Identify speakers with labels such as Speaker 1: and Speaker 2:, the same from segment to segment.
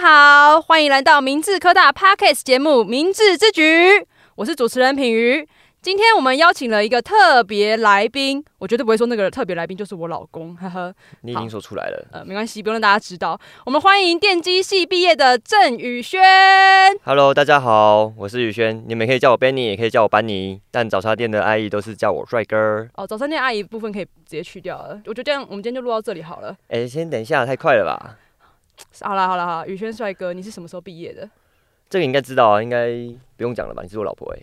Speaker 1: 好，欢迎来到明治科大 Podcast 节目《明治之举》，我是主持人品瑜。今天我们邀请了一个特别来宾，我绝对不会说那个特别来宾就是我老公，呵呵，
Speaker 2: 你已经说出来了。
Speaker 1: 呃，没关系，不用让大家知道。我们欢迎电机系毕业的郑宇轩。
Speaker 2: Hello，大家好，我是宇轩，你们可以叫我 Benny，也可以叫我班尼，但早茶店的阿姨都是叫我帅哥。
Speaker 1: 哦，早餐店阿姨部分可以直接去掉了，我觉得这样我们今天就录到这里好了。
Speaker 2: 哎、先等一下，太快了吧？
Speaker 1: 好啦好啦好啦，宇轩帅哥，你是什么时候毕业的？
Speaker 2: 这个应该知道啊，应该不用讲了吧？你是我老婆哎、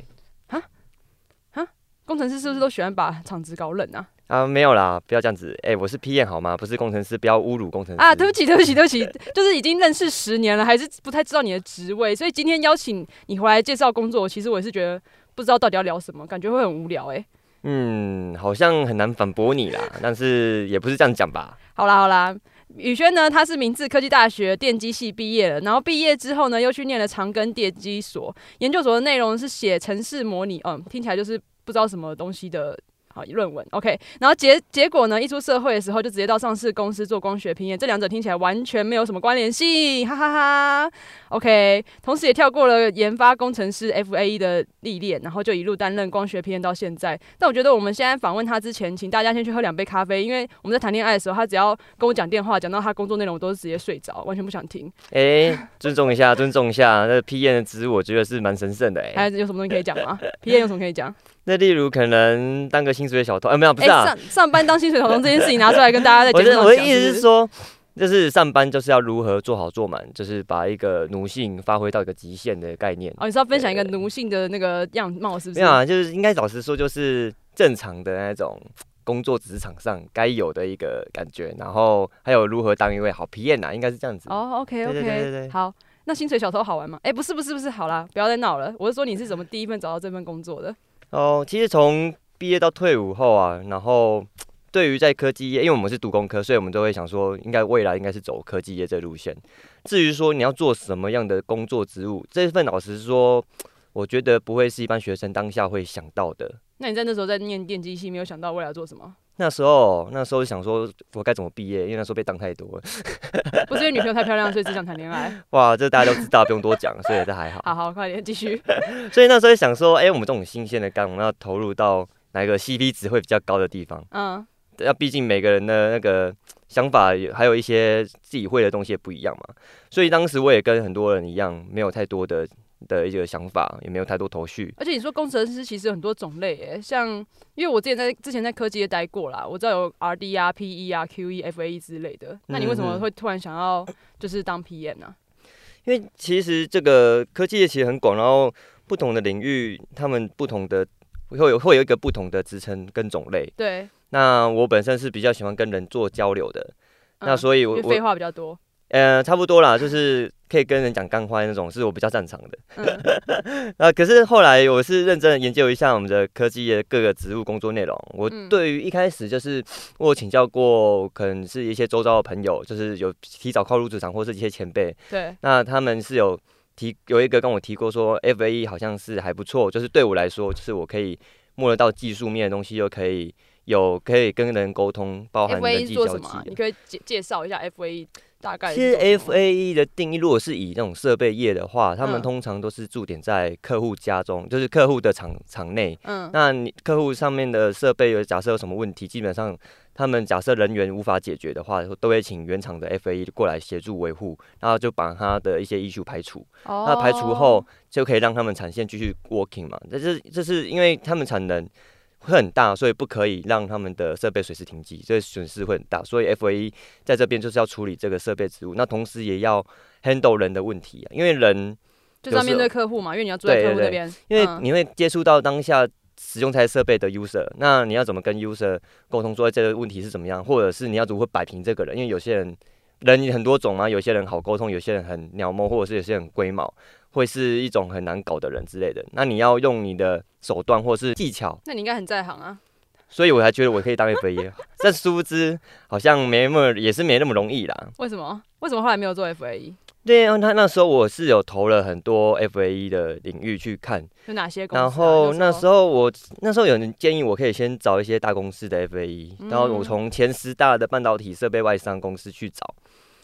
Speaker 1: 工程师是不是都喜欢把厂子搞冷啊？
Speaker 2: 啊，没有啦，不要这样子。哎、我是 P 验好吗？不是工程师，不要侮辱工程师
Speaker 1: 啊，对不起，对不起，对不起，就是已经认识十年了，还是不太知道你的职位，所以今天邀请你回来介绍工作，其实我也是觉得不知道到底要聊什么，感觉会很无聊哎、
Speaker 2: 嗯，好像很难反驳你啦，但是也不是这样讲吧？
Speaker 1: 好啦好啦，宇轩呢，他是明治科技大学电机系毕业了，然后毕业之后呢，又去念了长庚电机所，研究所的内容是写城市模拟，嗯，听起来就是不知道什么东西的。好，论文 OK，然后结结果呢？一出社会的时候就直接到上市公司做光学平面，这两者听起来完全没有什么关联性，哈哈哈 OK，同时也跳过了研发工程师 FAE 的历练，然后就一路担任光学 PM 到现在。但我觉得我们现在访问他之前，请大家先去喝两杯咖啡，因为我们在谈恋爱的时候，他只要跟我讲电话，讲到他工作内容，我都是直接睡着，完全不想听。
Speaker 2: 哎、尊重一 下，尊重一下，那 P 验的职务我觉得是蛮神圣的哎、
Speaker 1: 还有有什么东西可以讲吗？PM 有什么可以讲？
Speaker 2: 那例如可能当个薪水小偷，哎、没 有，不
Speaker 1: 哎、
Speaker 2: 是啊，
Speaker 1: 上上班当薪水小偷这件事情拿出来跟大家在
Speaker 2: 我
Speaker 1: 节目
Speaker 2: 的
Speaker 1: 上
Speaker 2: 我的
Speaker 1: 讲
Speaker 2: 意思
Speaker 1: 不
Speaker 2: 是说，就是上班就是要如何做好做满，就是把一个奴性发挥到一个极限的概念。
Speaker 1: 哦，你是要分享一个奴性的那个样貌，是不是？
Speaker 2: 没有啊，就是应该老实说，就是正常的那种工作职场上该有的一个感觉，然后还有如何当一位好皮验呐，应该是这样子。
Speaker 1: 哦，OK
Speaker 2: 对
Speaker 1: OK，
Speaker 2: 对对对对
Speaker 1: 好。那薪水小偷好玩吗？哎、不是不是不是，好啦，不要再闹了。我是说你是怎么第一份找到这份工作的？
Speaker 2: 哦，其实从毕业到退伍后啊，然后对于在科技业，因为我们是读工科，所以我们都会想说，应该未来应该是走科技业这路线。至于说你要做什么样的工作职务，这份老实说，我觉得不会是一般学生当下会想到的。
Speaker 1: 那你在那时候在念电机系，没有想到未来要做什么？
Speaker 2: 那时候，那时候想说，我该怎么毕业？因为那时候被当太多了，
Speaker 1: 不是因为女朋友太漂亮，所以只想谈恋爱。
Speaker 2: 哇，这大家都知道，不用多讲，所以这还好。
Speaker 1: 好好，快点继续。
Speaker 2: 所以那时候想说，哎、我们这种新鲜的干，我们要投入到哪个 CP 值会比较高的地方？
Speaker 1: 嗯，
Speaker 2: 那毕竟每个人的那个想法也，还有一些自己会的东西也不一样嘛。所以当时我也跟很多人一样，没有太多的的一个想法，也没有太多头绪。
Speaker 1: 而且你说工程师其实有很多种类耶，像因为我之前在之前在科技业待过啦，我知道有 R D 啊、P E 啊、Q E、F A E 之类的。那你为什么
Speaker 2: 嗯
Speaker 1: 会突然想要就是当 P M 呢、
Speaker 2: 因为其实这个科技业其实很广，然后不同的领域，他们不同的会有会有一个不同的职称跟种类。
Speaker 1: 对，
Speaker 2: 那我本身是比较喜欢跟人做交流的，那
Speaker 1: 以
Speaker 2: 所以
Speaker 1: 嗯因
Speaker 2: 我
Speaker 1: 为废
Speaker 2: 我
Speaker 1: 话比较多。
Speaker 2: 呃差不多啦，就是可以跟人讲干话那种，是我比较擅长的。
Speaker 1: 嗯，
Speaker 2: 啊，可是后来我是认真的研究一下我们的科技业各个职务工作内容。我
Speaker 1: 嗯
Speaker 2: 对于一开始就是我有请教过，可能是一些周遭的朋友，就是有提早跨入职场或是一些前辈，
Speaker 1: 对，
Speaker 2: 那他们是有提有一个跟我提过说，F A E 好像是还不错，就是对我来说，就是我可以摸得到技术面的东西，又可以有可以跟人沟通，包含
Speaker 1: F A
Speaker 2: 人
Speaker 1: E 是
Speaker 2: 际
Speaker 1: 做
Speaker 2: 交
Speaker 1: 什
Speaker 2: 际
Speaker 1: 么啊、
Speaker 2: 啊。
Speaker 1: 你可以介介绍一下 F A E 大概是
Speaker 2: 其实
Speaker 1: 做什么
Speaker 2: F A E 的定义，如果是以那种设备业的话，他
Speaker 1: 嗯
Speaker 2: 们通常都是驻点在客户家中，就是客户的厂厂内。
Speaker 1: 嗯
Speaker 2: 那你客户上面的设备有假设有什么问题，基本上他们假设人员无法解决的话，都会请原厂的 F A E 过来协助维护，然后就把他的一些 issue 排除。那
Speaker 1: 那
Speaker 2: 排除后就可以让他们产线继续 working 嘛。这是这是因为他们产能会很大，所以不可以让他们的设备随时停机，这损失会很大。所以 FAE 在这边就是要处理这个设备职务，那同时也要 handle 人的问题、啊，因为人
Speaker 1: 就是要
Speaker 2: 有时
Speaker 1: 面对
Speaker 2: 候
Speaker 1: 客户嘛，因为你要坐在
Speaker 2: 对
Speaker 1: 客户
Speaker 2: 对
Speaker 1: 那
Speaker 2: 对
Speaker 1: 边，
Speaker 2: 因为
Speaker 1: 嗯
Speaker 2: 你会接触到当下使用这台设备的 user，那你要怎么跟 user 沟通说这个问题是怎么样，或者是你要如何摆平这个人？因为有些人人很多种嘛，有些人好沟通，有些人很鸟毛，或者是有些人很龟毛，会是一种很难搞的人之类的。那你要用你的手段或是技巧，
Speaker 1: 那你应该很在行啊。
Speaker 2: 所以我才觉得我可以当 F A，但 殊不知好像没那么也是没那么容易啦。
Speaker 1: 为什么？为什么后来没有做 F A E？
Speaker 2: 对，那那时候我是有投了很多 F A E 的领域去看，
Speaker 1: 有哪些公司啊、
Speaker 2: 然后那时
Speaker 1: 候
Speaker 2: 候我那时候有人建议我可以先找一些大公司的 E， FAE，、然后
Speaker 1: 嗯
Speaker 2: 我从前十大的半导体设备外商公司去找，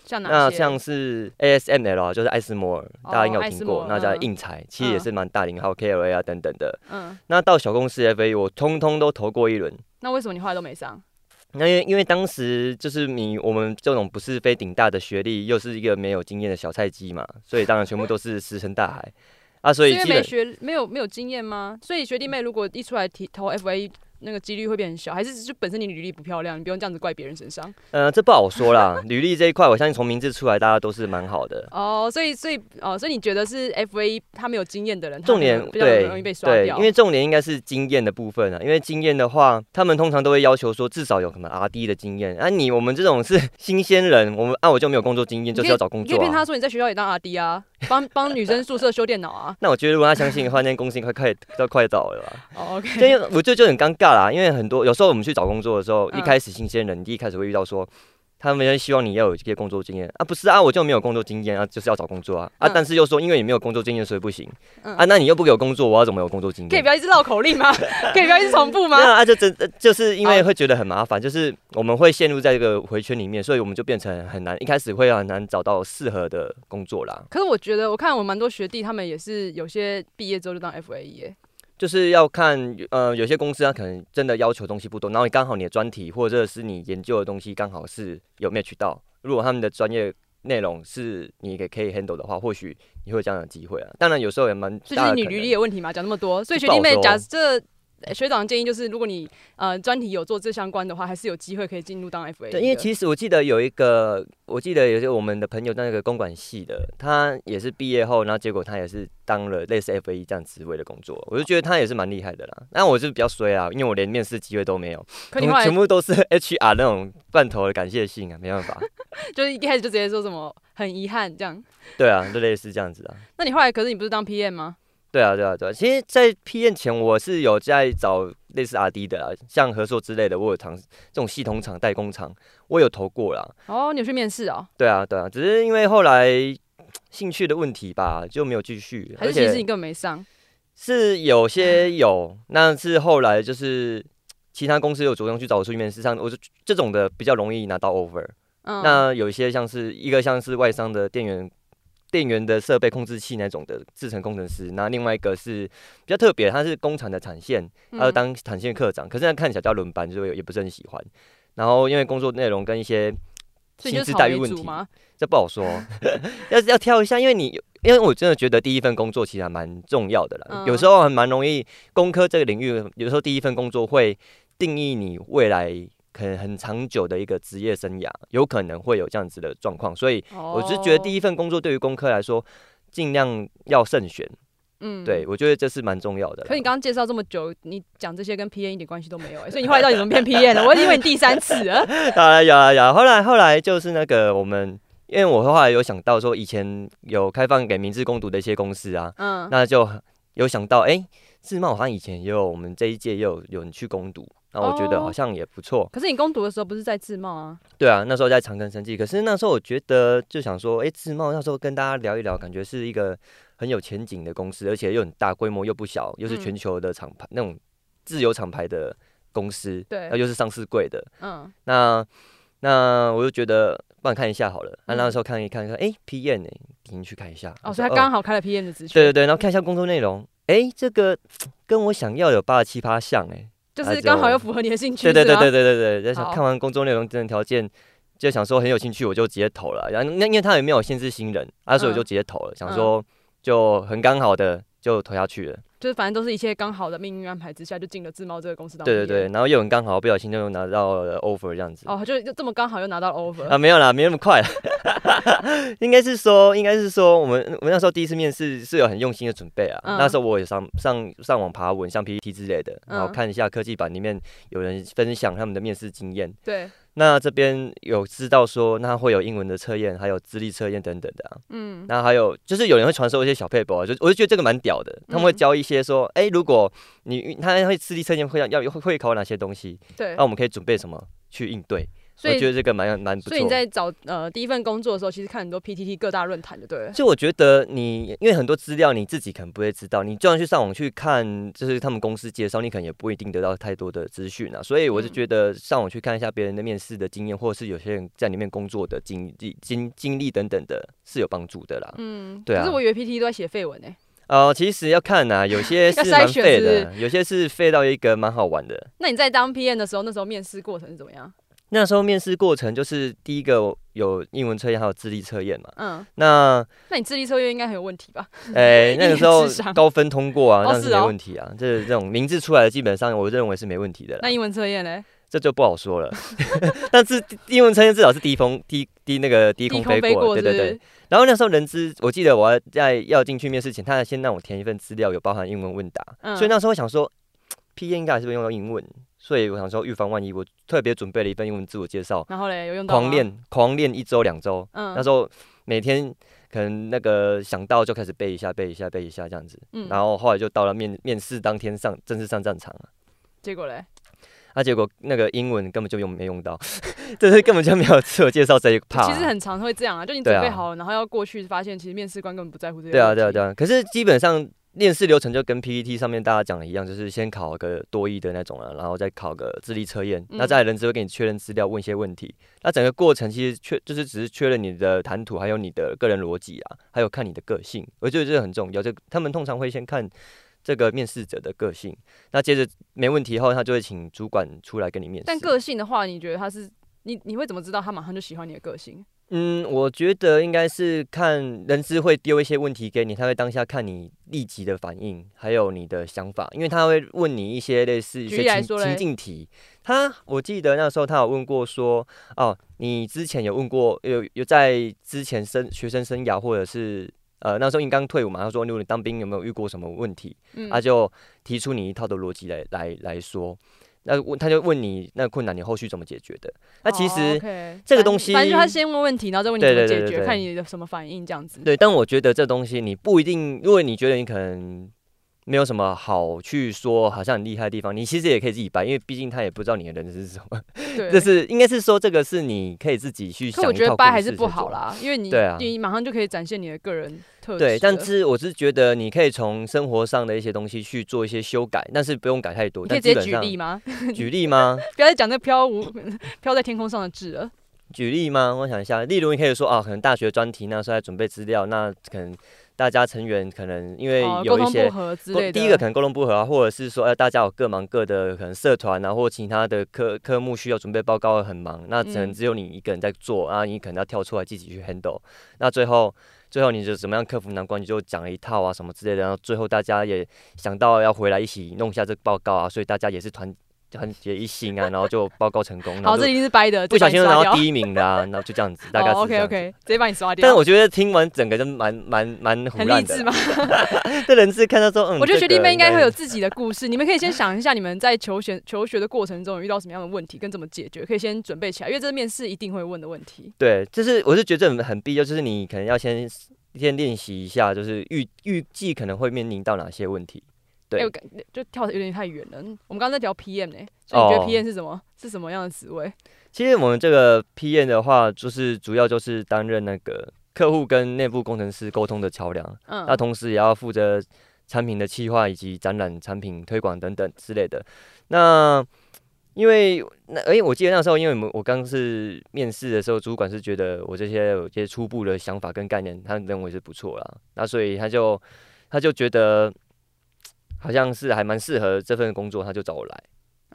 Speaker 1: 像哪
Speaker 2: 那
Speaker 1: 些？
Speaker 2: 像是 ASML 啊，就是艾斯摩尔，
Speaker 1: 哦
Speaker 2: 大家应该
Speaker 1: 艾
Speaker 2: 有
Speaker 1: 斯
Speaker 2: 听
Speaker 1: 摩
Speaker 2: 过
Speaker 1: 尔。
Speaker 2: 那叫
Speaker 1: 嗯
Speaker 2: 硬材，其实
Speaker 1: 嗯
Speaker 2: 也是蛮大型，还有 KLA 啊等等的。
Speaker 1: 嗯，
Speaker 2: 那到小公司 FA，我 E，通通都投过一轮。
Speaker 1: 那为什么你后来都没上？
Speaker 2: 那因为因为当时就是你我们这种不是非顶大的学历，又是一个没有经验的小菜鸡嘛，所以当然全部都是 石沉大海啊，所
Speaker 1: 是
Speaker 2: 以
Speaker 1: 因为
Speaker 2: 基本
Speaker 1: 没学没有没有经验吗？所以学弟妹如果一出来提投 FA，那个几率会变很小，还是就本身你履历不漂亮，你不用这样子怪别人身上。
Speaker 2: 呃这不好说啦。 履历这一块，我相信从名字出来，大家都是蛮好的。
Speaker 1: 哦，所以所以哦，所以你觉得是 FA 他没有经验的人，他
Speaker 2: 重
Speaker 1: 可
Speaker 2: 点
Speaker 1: 能比较
Speaker 2: 对
Speaker 1: 容易被刷
Speaker 2: 对，
Speaker 1: 掉，
Speaker 2: 因为重点应该是经验的部分啊。因为经验的话，他们通常都会要求说至少有可能 R D 的经验。啊，你我们这种是 新鲜人，我们啊我就没有工作经验，
Speaker 1: 你
Speaker 2: 就
Speaker 1: 可
Speaker 2: 是
Speaker 1: 以
Speaker 2: 要找工
Speaker 1: 你可
Speaker 2: 作
Speaker 1: 以骗
Speaker 2: 啊
Speaker 1: 他。说你在学校也当 RD 啊，帮帮女生宿舍修电脑啊。
Speaker 2: 那我觉得如果他相信的话，那间公司应该快 都快倒了吧。啊
Speaker 1: 哦，OK，
Speaker 2: 对，因为我就就很尴尬啦，因为很多有时候我们去找工作的时候，
Speaker 1: 嗯
Speaker 2: 一开始新鲜人，你一开始会遇到说，他们希望你要有一些工作经验啊，不是啊，我就没有工作经验啊，就是要找工作啊啊，
Speaker 1: 嗯
Speaker 2: 但是又说因为你没有工作经验，所以不行
Speaker 1: 嗯
Speaker 2: 啊，那你又不给我工作，我要怎么有工作经
Speaker 1: 可以
Speaker 2: 验
Speaker 1: 不？要一直绕口令吗？ 可以不要一直重复
Speaker 2: 没有
Speaker 1: 吗？
Speaker 2: 啊，就真就是因为
Speaker 1: 哦
Speaker 2: 会觉得很麻烦，就是我们会陷入在这个回圈里面，所以我们就变成很难，一开始会很难找到适合的工作啦，
Speaker 1: 可是我觉得，我看我蛮多学弟，他们也是有些毕业之后就当 FA 耶。
Speaker 2: 就是要看呃，有些公司它可能真的要求东西不多，然后你刚好你的专题或者是你研究的东西刚好是有 match 到，如果他们的专业内容是你也可以 handle 的话，或许你会有这样的机会啊。当然有时候也蛮
Speaker 1: 所以就
Speaker 2: 大
Speaker 1: 是
Speaker 2: 的
Speaker 1: 你
Speaker 2: 可
Speaker 1: 履
Speaker 2: 能
Speaker 1: 历有问题嘛，讲那么多。所以
Speaker 2: 不
Speaker 1: 学弟妹
Speaker 2: 好，说
Speaker 1: 假设呃学长建议就是，如果你呃专题有做这相关的话，还是有机会可以进入当 FA 的。
Speaker 2: 对，因为其实我记得有一个，我记得有些我们的朋友在那个公管系的，他也是毕业后，然后结果他也是当了类似 F A E 这样职位的工作，我就觉得他也是蛮厉害的啦。那我是比较衰啊，因为我连面试机会都没有，
Speaker 1: 可
Speaker 2: 我
Speaker 1: 你后
Speaker 2: 们
Speaker 1: 来
Speaker 2: 全部都是 H R 那种半头的感谢信啊，没办 法。
Speaker 1: 就是一开始就直接说什么很遗憾这样。
Speaker 2: 对啊，就类似这样子啊。
Speaker 1: 那你后来可是你不是当 PM 吗？
Speaker 2: 对啊，对啊，对啊。其实，在 P N 前，我是有在找类似 R D 的啦，像合硕之类的，我有尝这种系统厂、代工厂，我有投过啦。
Speaker 1: 哦，你有去面试哦，
Speaker 2: 对啊，对啊，只是因为后来兴趣的问题吧，就没有继续。
Speaker 1: 还
Speaker 2: 而
Speaker 1: 是其实你
Speaker 2: 且
Speaker 1: 根本没上？
Speaker 2: 是有些有，那是后来就是其他公司有主动去找我出去面试，像我就这种的比较容易拿到 over。
Speaker 1: 嗯，
Speaker 2: 那有一些像是一个像是外商的电源电源的设备控制器那种的制程工程师，那另外一个是比较特别，他是工厂的产线，他要
Speaker 1: 嗯
Speaker 2: 呃当产线科长，可是他看起来叫轮班，所以我也不是很喜欢。然后因为工作内容跟一些
Speaker 1: 所以你就
Speaker 2: 薪
Speaker 1: 是
Speaker 2: 资
Speaker 1: 草
Speaker 2: 待遇
Speaker 1: 莓
Speaker 2: 问
Speaker 1: 族
Speaker 2: 题，
Speaker 1: 吗？
Speaker 2: 这不好说， 要要挑一下，因为你。因为我真的觉得第一份工作其实还蛮重要的啦，
Speaker 1: 嗯
Speaker 2: 有时候还蛮容易工科这个领域，有时候第一份工作会定义你未来可能很长久的一个职业生涯，有可能会有这样子的状况，所以我只是觉得第
Speaker 1: 一，
Speaker 2: 一份工作对于工科来说，尽量要慎选，
Speaker 1: 嗯
Speaker 2: 对我觉得这是蛮重要的啦。
Speaker 1: 可你 刚刚介绍这么久，你讲这些跟 P N 一点关系都没有、欸，所以你后来到底怎么变 P N 了？我已经问你第三次了。
Speaker 2: 有啊有啊有啊，后来后来就是那个我们，因为我后来有想到说，以前有开放给明治攻读的一些公司啊，
Speaker 1: 嗯，
Speaker 2: 那就有想到，哎、自贸好像以前也有，我们这一届也有有人去攻读，那我觉得
Speaker 1: 哦
Speaker 2: 好像也不错。
Speaker 1: 可是你攻读的时候不是在自贸啊？
Speaker 2: 对啊，那时候在长庚生计，可是那时候我觉得就想说，哎、自贸那时候跟大家聊一聊，感觉是一个很有前景的公司，而且又很大规模，又不小，又是
Speaker 1: 嗯
Speaker 2: 全球的厂牌、那种自有厂牌的公司，
Speaker 1: 对
Speaker 2: 那又是上市贵的，
Speaker 1: 嗯，
Speaker 2: 那那我就觉得帮你看一下好了。那、
Speaker 1: 嗯
Speaker 2: 那时候看一看，说哎、p n 哎、点进去看一下。
Speaker 1: 哦，
Speaker 2: 我
Speaker 1: 所
Speaker 2: 说
Speaker 1: 以他刚好开了 P N 的职缺，
Speaker 2: 对对对，然后看一下工作内容，哎、这个跟我想要有八七八像哎、
Speaker 1: 就是刚好又符合你的兴趣，
Speaker 2: 对对对对
Speaker 1: 是吗，
Speaker 2: 对对对，就想
Speaker 1: 好
Speaker 2: 看完工作内容、真正条件，就想说很有兴趣，我就直接投了。然后那因为他也没有限制新人，啊，所以我就
Speaker 1: 嗯
Speaker 2: 直接投了，想
Speaker 1: 嗯
Speaker 2: 说就很刚好的就投下去了。
Speaker 1: 就是反正都是一切刚好的命运安排之下，就进了自贸这个公司当。
Speaker 2: 对对对，。然后又很刚好，不小心就拿到了 offer 这样子。
Speaker 1: 哦，就就这么刚好又拿到了 offer，、
Speaker 2: 啊，没有啦，没那么快啦，应该是说，应该是说，我们我们那时候第一次面试是有很用心的准备啊。
Speaker 1: 嗯
Speaker 2: 那时候我也上上上网爬文，像 PPT 之类的，然后
Speaker 1: 嗯
Speaker 2: 看一下科技版里面有人分享他们的面试经验。
Speaker 1: 对，
Speaker 2: 那这边有知道说，那会有英文的测验，还有智力测验等等的啊。
Speaker 1: 嗯，
Speaker 2: 那还有就是有人会传授一些小配博、啊，就我就觉得这个蛮屌的。他们会
Speaker 1: 嗯
Speaker 2: 教一些说，哎、如果你他会智力测验会要要会会考哪些东西，
Speaker 1: 对
Speaker 2: 嗯那、，我们可以准备什么去应对。
Speaker 1: 所以
Speaker 2: 我觉得这个蛮蛮不
Speaker 1: 所以你
Speaker 2: 错。
Speaker 1: 在找呃第一份工作的时候，其实看很多 PTT 各大论坛就对了。
Speaker 2: 就我觉得你，因为很多资料你自己可能不会知道，你就算去上网去看，就是他们公司介绍，你可能也不一定得到太多的资讯啊。所以我就
Speaker 1: 嗯
Speaker 2: 觉得上网去看一下别人的面试的经验，或者是有些人在里面工作的经历、经经历等等的，是有帮助的啦。
Speaker 1: 嗯，
Speaker 2: 对啊
Speaker 1: 可是我以为 PTT 都在写绯闻呢。
Speaker 2: 哦，其实要看 呐、有些
Speaker 1: 要
Speaker 2: 是
Speaker 1: 筛
Speaker 2: 蛮
Speaker 1: 选
Speaker 2: 废
Speaker 1: 是
Speaker 2: 的，有些是废到一个蛮好玩的。
Speaker 1: 那你在当 PM 的时候，那时候面试过程是怎么样？
Speaker 2: 那时候面试过程就是第一个有英文测验，还有智力测验嘛。
Speaker 1: 嗯，
Speaker 2: 那
Speaker 1: 那你智力测验应该很有问题吧？
Speaker 2: 哎、那个时候
Speaker 1: 智商
Speaker 2: 高分通过啊，
Speaker 1: 哦
Speaker 2: 那样是
Speaker 1: 是
Speaker 2: 没
Speaker 1: 哦
Speaker 2: 问题啊。这这种名字出来的，基本上我认为是没问题的
Speaker 1: 那
Speaker 2: 啦。
Speaker 1: 英文测验嘞？
Speaker 2: 这就不好说了。 但是英文测验至少是低空低低那个低
Speaker 1: 低
Speaker 2: 空
Speaker 1: 空
Speaker 2: 飞
Speaker 1: 飞
Speaker 2: 过，
Speaker 1: 过
Speaker 2: 对
Speaker 1: 是不
Speaker 2: 对
Speaker 1: 是？
Speaker 2: 对。然后那时候人资，我记得我要在要进去面试前，他先让我填一份资料，有包含英文问答，
Speaker 1: 嗯
Speaker 2: 所以那时候我想说，P E 应该还是会用到英文，所以我想说预防万一，我特别准备了一份英文自我介绍，
Speaker 1: 然后嘞，有用到吗
Speaker 2: 狂。练狂练一周两周，那
Speaker 1: 嗯
Speaker 2: 时候每天可能那个想到就开始背一下背一下背一下这样子，
Speaker 1: 嗯，
Speaker 2: 然后后来就到了面面试当天上正式上战场了。
Speaker 1: 结果嘞，
Speaker 2: 啊，结果那个英文根本就用没用到， 这是根本就没有自我介绍这一 part 啊。
Speaker 1: 其实很常会这样啊，就你
Speaker 2: 对
Speaker 1: 准
Speaker 2: 啊
Speaker 1: 备好了，然后要过去，发现其实面试官根本不在乎这些。
Speaker 2: 对啊，对啊，对
Speaker 1: 啊。
Speaker 2: 啊。可是基本上面试流程就跟 PPT 上面大家讲的一样，就是先考个多义的那种啊，然后再考个智力测验，
Speaker 1: 嗯
Speaker 2: 那再来人只会给你确认资料，问一些问题。那整个过程其实确就是只是确认你的谈吐，还有你的个人逻辑啊，还有看你的个性。我觉得这个很重要，就他们通常会先看。这个面试者的个性，那接着没问题后，他就会请主管出来跟你面试。
Speaker 1: 但个性的话，你觉得他是你你会怎么知道他马上就喜欢你的个性？
Speaker 2: 嗯，我觉得应该是看人资会丢一些问题给你，他会当下看你立即的反应，还有你的想法，因为他会问你一些类似一
Speaker 1: 举
Speaker 2: 些
Speaker 1: 例来
Speaker 2: 情
Speaker 1: 说嘞
Speaker 2: 情境题。他我记得那时候他有问过说，哦，你之前有问过有有在之前生学生生涯或者是呃那时候你刚退伍嘛，他说如果你当兵有没有遇过什么问题？
Speaker 1: 嗯，
Speaker 2: 他啊就提出你一套的逻辑来来来说，那问他就问你那困难你后续怎么解决的？那啊其实。
Speaker 1: 哦，OK
Speaker 2: 这个
Speaker 1: 反
Speaker 2: 东西
Speaker 1: 反正就他先问问题，然后再问你
Speaker 2: 对
Speaker 1: 怎么
Speaker 2: 对
Speaker 1: 解
Speaker 2: 对对
Speaker 1: 决，
Speaker 2: 对
Speaker 1: 看你的什么反应这样子。
Speaker 2: 对，但我觉得这东西你不一定，如果你觉得你可能没有什么好去说，好像很厉害的地方，你其实也可以自己掰，因为毕竟他也不知道你的人生是什么。
Speaker 1: 对，
Speaker 2: 这是应该是说这个是你可以自己去想
Speaker 1: 可我
Speaker 2: 一
Speaker 1: 觉
Speaker 2: 套
Speaker 1: 得掰
Speaker 2: 故
Speaker 1: 还
Speaker 2: 事
Speaker 1: 是
Speaker 2: 去
Speaker 1: 不好
Speaker 2: 做。
Speaker 1: 啦，因为你
Speaker 2: 对啊
Speaker 1: 你马上就可以展现你的个人特质了。
Speaker 2: 对，但是我是觉得你可以从生活上的一些东西去做一些修改，但是不用改太多。
Speaker 1: 你可以直
Speaker 2: 但基
Speaker 1: 接
Speaker 2: 本
Speaker 1: 举
Speaker 2: 上
Speaker 1: 例吗？
Speaker 2: 举例吗？
Speaker 1: 不要再讲那飘无 飘在天空上的字了。
Speaker 2: 举例吗？我想一下，例如你可以说啊，可能大学专题那时候在准备资料，那可能大家成员可能因为
Speaker 1: 哦，沟
Speaker 2: 有一
Speaker 1: 通
Speaker 2: 些
Speaker 1: 不合之
Speaker 2: 沟
Speaker 1: 类的。
Speaker 2: 第一个可能沟通不合啊，或者是说，呃，大家有各忙各的，可能社团啊，或其他的科科目需要准备报告很忙，那只能
Speaker 1: 嗯
Speaker 2: 只有你一个人在做啊，你可能要跳出来自己去 handle。那最后，最后你就怎么样克服难关，你就讲了一套啊什么之类的，然后最后大家也想到要回来一起弄一下这个报告啊，所以大家也是团团结一心啊，然后就报告成功，然
Speaker 1: 好，
Speaker 2: 后
Speaker 1: 这
Speaker 2: 就
Speaker 1: 一定是掰的，
Speaker 2: 不小心就拿到
Speaker 1: 一。
Speaker 2: 第一名的啊，然后就这样子，大概是
Speaker 1: 哦
Speaker 2: 这
Speaker 1: ，OK
Speaker 2: 样子。
Speaker 1: OK，直接把你刷掉。
Speaker 2: 但我觉得听完整个就蛮蛮蛮胡
Speaker 1: 很励
Speaker 2: 乱的
Speaker 1: 志
Speaker 2: 啦，
Speaker 1: 吗？
Speaker 2: 对人是看到说， 嗯，
Speaker 1: 我觉得
Speaker 2: 这
Speaker 1: 学弟
Speaker 2: 个
Speaker 1: 妹应该会
Speaker 2: 是
Speaker 1: 有自己的故事，你们可以先想一下你们在求学求学的过程中有遇到什么样的问题，跟怎么解决，可以先准备起来，因为这是面试一定会问的问题。
Speaker 2: 对，就是我是觉得这很很必要，就是你可能要先先练习一下，就是预预计可能会面临到哪些问题。对
Speaker 1: 哎我感就跳的有点太远了。我们刚刚在聊 PM 呢、所以你觉得
Speaker 2: 哦
Speaker 1: PM 是什么？是什么样的职位？
Speaker 2: 其实我们这个 P N 的话，就是主要就是担任那个客户跟内部工程师沟通的桥梁，
Speaker 1: 嗯，
Speaker 2: 那啊同时也要负责产品的企划以及展览、产品推广等等之类的。那因为那而且我记得那时候，因为我们我刚是面试的时候，主管是觉得我这些有些初步的想法跟概念，他认为是不错啦。那所以他就他就觉得好像是还蛮适合这份工作，他就找我来。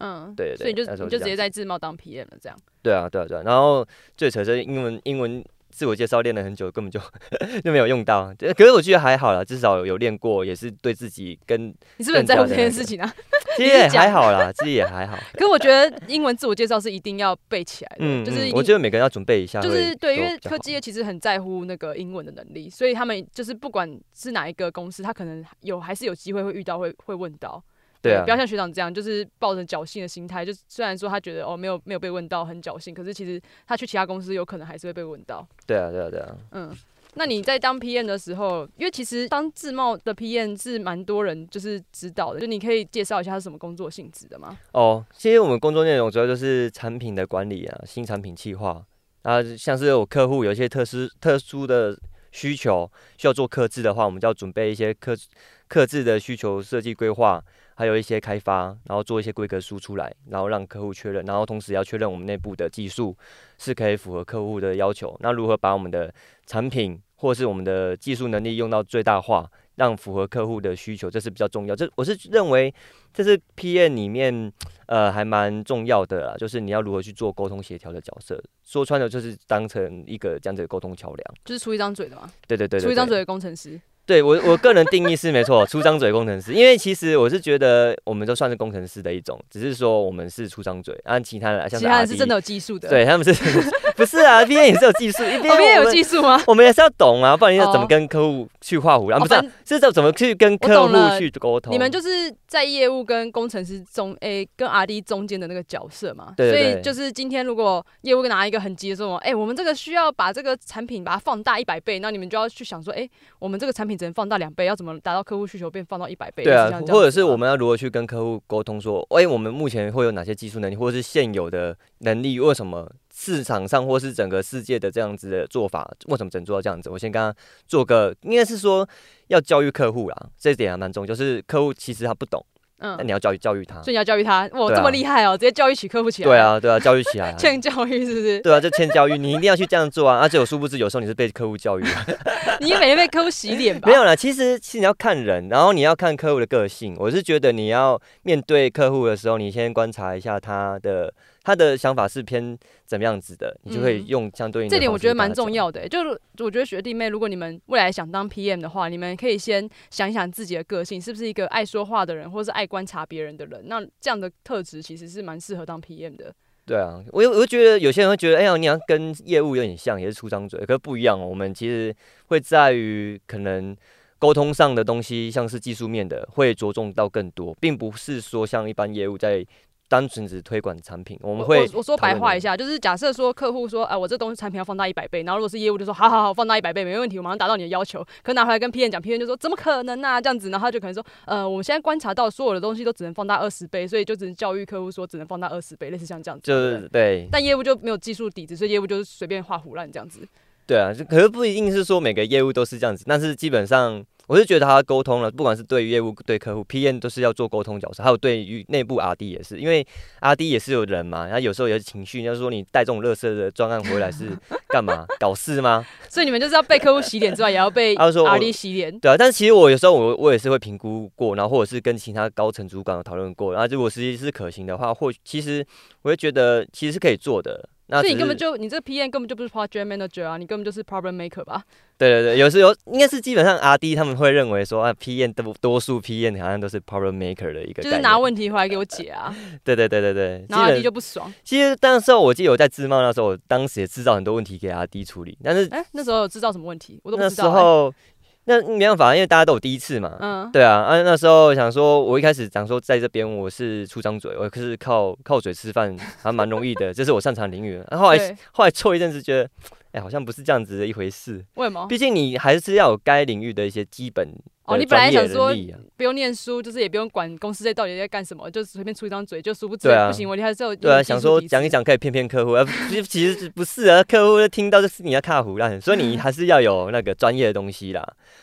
Speaker 1: 嗯，
Speaker 2: 对对
Speaker 1: 所以你
Speaker 2: 那时
Speaker 1: 就
Speaker 2: 候
Speaker 1: 你就是直
Speaker 2: 这
Speaker 1: 接
Speaker 2: 样
Speaker 1: 在自贸当 PM 了，这样。
Speaker 2: 对啊，对啊，对啊。然后最扯是英文，英文自我介绍练了很久，根本就 就没有用到。可是我觉得还好啦，至少有练过，也是对自己跟
Speaker 1: 你是不是很在乎
Speaker 2: 更
Speaker 1: 这
Speaker 2: 加
Speaker 1: 件
Speaker 2: 的那
Speaker 1: 事
Speaker 2: 个
Speaker 1: 情啊？
Speaker 2: 其实也
Speaker 1: 讲
Speaker 2: 还好啦，其实也还 好。
Speaker 1: 可我觉得英文自我介绍是一定要背起来的，
Speaker 2: 嗯，
Speaker 1: 就是
Speaker 2: 嗯
Speaker 1: 一
Speaker 2: 我
Speaker 1: 定
Speaker 2: 觉得每个人要准备一下会
Speaker 1: 就
Speaker 2: 都比较好，
Speaker 1: 是对，因为科技业其实很在乎那个英文的能力，所以他们就是不管是哪一个公司，他可能有还是有机会会遇到，会会问到。
Speaker 2: 对啊
Speaker 1: 不，要像学长这样，就是抱着侥幸的心态，就是虽然说他觉得哦没有没有被问到很侥幸，可是其实他去其他公司有可能还是会被问到。
Speaker 2: 对啊，对啊，对啊。
Speaker 1: 嗯，那你在当 PM 的时候，因为其实当自贸的 PM 是蛮多人就是指导的，就你可以介绍一下是什么工作性质的吗？
Speaker 2: 哦，其实我们工作内容主要就是产品的管理啊，新产品企划啊，像是有客户有一些特殊特殊的需求需要做刻制的话，我们就要准备一些刻刻制的需求设计规划，还有一些开发，然后做一些规格书出来，然后让客户确认，然后同时也要确认我们内部的技术是可以符合客户的要求。那如何把我们的产品或是我们的技术能力用到最大化，让符合客户的需求，这是比较重要。这我是认为这是 PM 里面呃还蛮重要的啦，就是你要如何去做沟通协调的角色。说穿了就是当成一个这样子的沟通桥梁。
Speaker 1: 就是出一张嘴的吗？
Speaker 2: 对对对对
Speaker 1: 出一张
Speaker 2: 对
Speaker 1: 嘴的工程师。
Speaker 2: 对我我个人定义是没错，出张嘴工程师，因为其实我是觉得我们都算是工程师的一种，只是说我们是出张嘴，按、其他人像
Speaker 1: 其他人
Speaker 2: 阿
Speaker 1: 是
Speaker 2: 迪
Speaker 1: 真的有技术的。，哦
Speaker 2: 对他们是， 不是啊？B N 也是有技术，一
Speaker 1: 我们也
Speaker 2: 我
Speaker 1: 有
Speaker 2: 们
Speaker 1: 技术吗？
Speaker 2: 我们也是要懂啊，不然要怎么
Speaker 1: 哦
Speaker 2: 跟客户去画虎啊？
Speaker 1: 哦
Speaker 2: 不是啊、
Speaker 1: 反
Speaker 2: 是要怎么去跟
Speaker 1: 我
Speaker 2: 客
Speaker 1: 懂了
Speaker 2: 户去沟通？
Speaker 1: 你们就是在业务跟工程师中，诶、跟 R D 中间的那个角色嘛。
Speaker 2: 对对
Speaker 1: 所
Speaker 2: 对
Speaker 1: 以就是今天如果业务拿一个很急的说，诶、我们这个需要把这个产品把它放大一百倍，那你们就要去想说，诶、我们这个产品只能放大两倍，要怎么达到客户需求变放到一百倍？
Speaker 2: 对
Speaker 1: 是像，
Speaker 2: 啊
Speaker 1: 这样子吗
Speaker 2: 或者是我们要如何去跟客户沟通说，哎、我们目前会有哪些技术能力，或者是现有的能力，为什么市场上或是整个世界的这样子的做法，为什么只能做到这样子？我先跟他做个，应该是说要教育客户啦，这一点还蛮重要，就是客户其实他不懂，
Speaker 1: 嗯
Speaker 2: 那、，你要教育教育他
Speaker 1: 所。以你要教育他，哇，
Speaker 2: 对啊
Speaker 1: 这么厉害哦、直接教育起客户起来。
Speaker 2: 对，啊，对啊，教育起来、啊。
Speaker 1: 欠教育是不是？
Speaker 2: 对啊，就欠教育，你一定要去这样做啊！而且我殊不知，有时候你是被客户教育的，
Speaker 1: 你每天被客户洗脸吧？
Speaker 2: 啊没有啦，其实其实你要看人，然后你要看客户的个性。我是觉得你要面对客户的时候，你先观察一下他的他的想法是偏怎么样子的，你就可以
Speaker 1: 嗯
Speaker 2: 用相对应的
Speaker 1: 这点我
Speaker 2: 方式
Speaker 1: 觉得
Speaker 2: 跟他
Speaker 1: 蛮重
Speaker 2: 讲。
Speaker 1: 要的、欸，就是我觉得学弟妹，如果你们未来想当 PM 的话，你们可以先想一想自己的个性是不是一个爱说话的人，或是爱观察别人的人。那这样的特质其实是蛮适合当 PM 的。
Speaker 2: 对啊，我有我就觉得有些人会觉得，哎呀，你要跟业务有点像，也是出张嘴，可是不一样哦。我们其实会在于可能。沟通上的东西，像是技术面的，会着重到更多，并不是说像一般业务在单纯只推广产品，我
Speaker 1: 我
Speaker 2: 们会
Speaker 1: 我我说
Speaker 2: 讨
Speaker 1: 白
Speaker 2: 论的
Speaker 1: 话一下，就是假设说客户说，啊，我这东西产品要放大一百倍，然后如果是业务就说，好好好，放大一百倍没问题，我马上达到你的要求。可拿回来跟 PM 讲，PM 就说怎么可能啊这样子，然后他就可能说，呃，我们现在观察到所有的东西都只能放大二十倍，所以就只能教育客户说只能放大二十倍，类似像这样子。
Speaker 2: 就
Speaker 1: 对不对
Speaker 2: 是对，
Speaker 1: 但业务就没有技术底子，所以业务就是随便画胡乱这样子。
Speaker 2: 对啊，就可是不一定是说每个业务都是这样子，但是基本上我是觉得他沟通了，不管是对于业务、对客户、PM 都是要做沟通角色，还有对于内部 RD 也是，因为 RD 也是有人嘛，然后有时候有情绪，要说你带这种乐色的专案回来 是干嘛？搞事吗？
Speaker 1: 所以你们就是要被客户洗脸之外，也要被
Speaker 2: 他就说我
Speaker 1: RD 洗脸。
Speaker 2: 对啊，但是其实我有时候我我也是会评估过，然后或者是跟其他高层主管有讨论过，然后如果实际是可行的话，或其实我会觉得其实是可以做的。那
Speaker 1: 所以
Speaker 2: 只
Speaker 1: 你根
Speaker 2: 是
Speaker 1: 本就你这个 PM 根本就不是 project manager 啊，你根本就是 problem maker 吧？
Speaker 2: 对对对，有时有应该是基本上 R D 他们会认为说啊，P N 多多数 P N 好像都是 problem maker 的一个概念，
Speaker 1: 就是拿问题回来给我解 啊，
Speaker 2: 对对对对对，
Speaker 1: 然后 RD
Speaker 2: 基本
Speaker 1: 就不爽。
Speaker 2: 其实那时候我记得我在自贸那时候，我当时也制造很多问题给 R D 处理，但是
Speaker 1: 哎、那时候有知道什么问题？我都不
Speaker 2: 那
Speaker 1: 知
Speaker 2: 时
Speaker 1: 道、哎欸
Speaker 2: 候那没办法，因为大家都有第一次嘛，
Speaker 1: 嗯，
Speaker 2: 对啊，啊那时候想说，我一开始想说在这边我是出张嘴，我可是靠靠嘴吃饭还蛮容易 的，这是我擅长领域的，啊然后后来
Speaker 1: 对，
Speaker 2: 后来做一阵子觉得，哎好像不是这样子的一回事，
Speaker 1: 为什么？
Speaker 2: 毕竟你还是要有该领域的一些基本。
Speaker 1: 哦你本来想说
Speaker 2: 力啊、
Speaker 1: 不用念书，就是也不用管公司在到底在干什么，就随便出一张嘴，就殊不知、
Speaker 2: 对啊
Speaker 1: 不行，我还是有
Speaker 2: 对啊，
Speaker 1: 有技术
Speaker 2: 想说
Speaker 1: 底子
Speaker 2: 讲一。讲可以骗骗客户，啊， 其实其实不是啊，客户听到就是你要卡胡烂，所以
Speaker 1: 嗯
Speaker 2: 你还是要有那个专业的东西啦。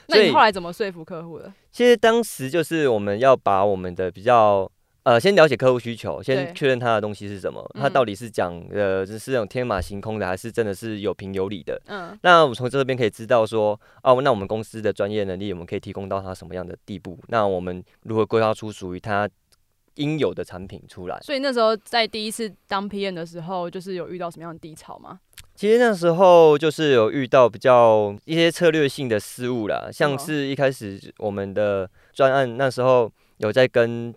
Speaker 1: 那
Speaker 2: 所
Speaker 1: 你
Speaker 2: 以
Speaker 1: 后来怎么说服客户的？
Speaker 2: 其实当时就是我们要把我们的比较。呃，先了解客户需求，
Speaker 1: 对
Speaker 2: 先确认他的东西是什么，他
Speaker 1: 嗯
Speaker 2: 到底是讲呃是那种天马行空的，还是真的是有凭有理的？
Speaker 1: 嗯，
Speaker 2: 那我们从这边可以知道说，哦，那我们公司的专业能力，我们可以提供到他什么样的地步？那我们如何规划出属于他应有的产品出来？
Speaker 1: 所以那时候在第一次当 PM 的时候，就是有遇到什么样的低潮吗？
Speaker 2: 其实那时候就是有遇到比较一些策略性的失误啦，
Speaker 1: 哦
Speaker 2: 像是一开始我们的专案那时候有在跟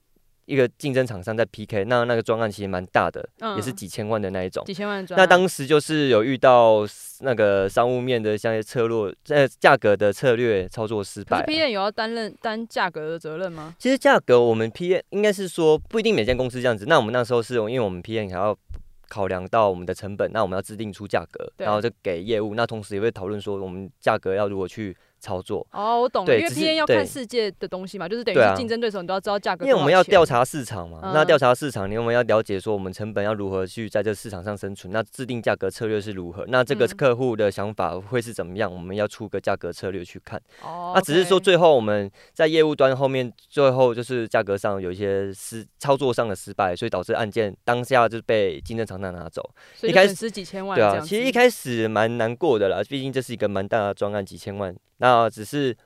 Speaker 2: 一个竞争厂商在 PK，那那个专案其实蛮大的，
Speaker 1: 嗯，
Speaker 2: 也是几千万的那一种。
Speaker 1: 几千万的专
Speaker 2: 那
Speaker 1: 案。
Speaker 2: 当时就是有遇到那个商务面的像一些策略，呃，价格的策略操作失
Speaker 1: 可
Speaker 2: 败
Speaker 1: 是
Speaker 2: 啊。
Speaker 1: P N 有要担任担价格的责任吗？
Speaker 2: 其实价格我们 P N 应该是说不一定每间公司这样子，那我们那时候是因为我们 P N 还要考量到我们的成本，那我们要制定出价格，
Speaker 1: 对
Speaker 2: 然后就给业务。那同时也会讨论说，我们价格要如何去操作，
Speaker 1: 哦，我懂了，
Speaker 2: 对
Speaker 1: 因为
Speaker 2: 只是
Speaker 1: P N 要看
Speaker 2: 对
Speaker 1: 世界的东西嘛，就是等于
Speaker 2: 对啊
Speaker 1: 是竞争对手，你都要知道价格
Speaker 2: 因
Speaker 1: 多少钱。
Speaker 2: 为我们要调查市场嘛。
Speaker 1: 嗯
Speaker 2: 那调查市场，你我们要了解说我们成本要如何去在这市场上生存，那制定价格策略是如何，那这个
Speaker 1: 嗯
Speaker 2: 客户的想法会是怎么样，我们要出个价格策略去看。
Speaker 1: 哦，
Speaker 2: 那啊只是说
Speaker 1: OK
Speaker 2: 最后我们在业务端后面，最后就是价格上有一些失操作上的失败，所以导致案件当下就被竞争厂商拿走。
Speaker 1: 所以
Speaker 2: 一
Speaker 1: 就
Speaker 2: 开
Speaker 1: 损失几千万
Speaker 2: 对
Speaker 1: 这
Speaker 2: 啊，
Speaker 1: 样子。
Speaker 2: 其实一开始蛮难过的啦，毕竟这是一个蛮大的专案，几千万。那只是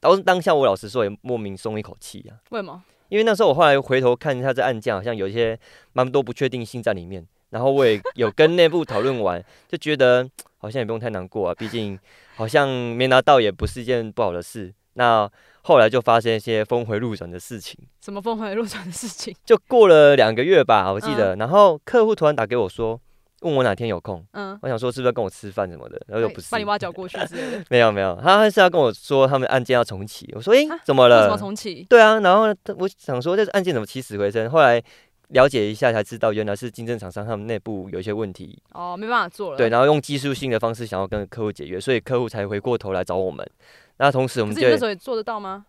Speaker 2: 当当下我老实说也莫名松一口气啊，
Speaker 1: 为什么？
Speaker 2: 因为那时候我后来回头看一下这案件，好像有一些蛮多不确定性在里面。然后我也有跟内部讨论完，就觉得好像也不用太难过啊，毕竟好像没拿到也不是一件不好的事。那后来就发生一些峰回路转的事情，
Speaker 1: 什么峰 回路转的事情？
Speaker 2: 就过了两个月吧，我记得。然后客户突然打给我说，问我哪天有空，
Speaker 1: 嗯，
Speaker 2: 我想说是不是要跟我吃饭什么的，然后又
Speaker 1: 哎
Speaker 2: 不是
Speaker 1: 把，你挖角过去之 类的，
Speaker 2: 没有没有，他是要跟我说他们案件要重启。我说诶、
Speaker 1: 啊
Speaker 2: 怎么
Speaker 1: 为
Speaker 2: 了？
Speaker 1: 什么重启？
Speaker 2: 对啊，然后呢，我想说这案件怎么起死回生，后来了解一下才知道，原来是竞争厂商他们内部有一些问题，
Speaker 1: 哦，没办法做了。
Speaker 2: 对，然后用技术性的方式想要跟客户解约，所以客户才回过头来找我们。那同时
Speaker 1: 可
Speaker 2: 我们
Speaker 1: 是
Speaker 2: 就
Speaker 1: 你那时候也做得到吗？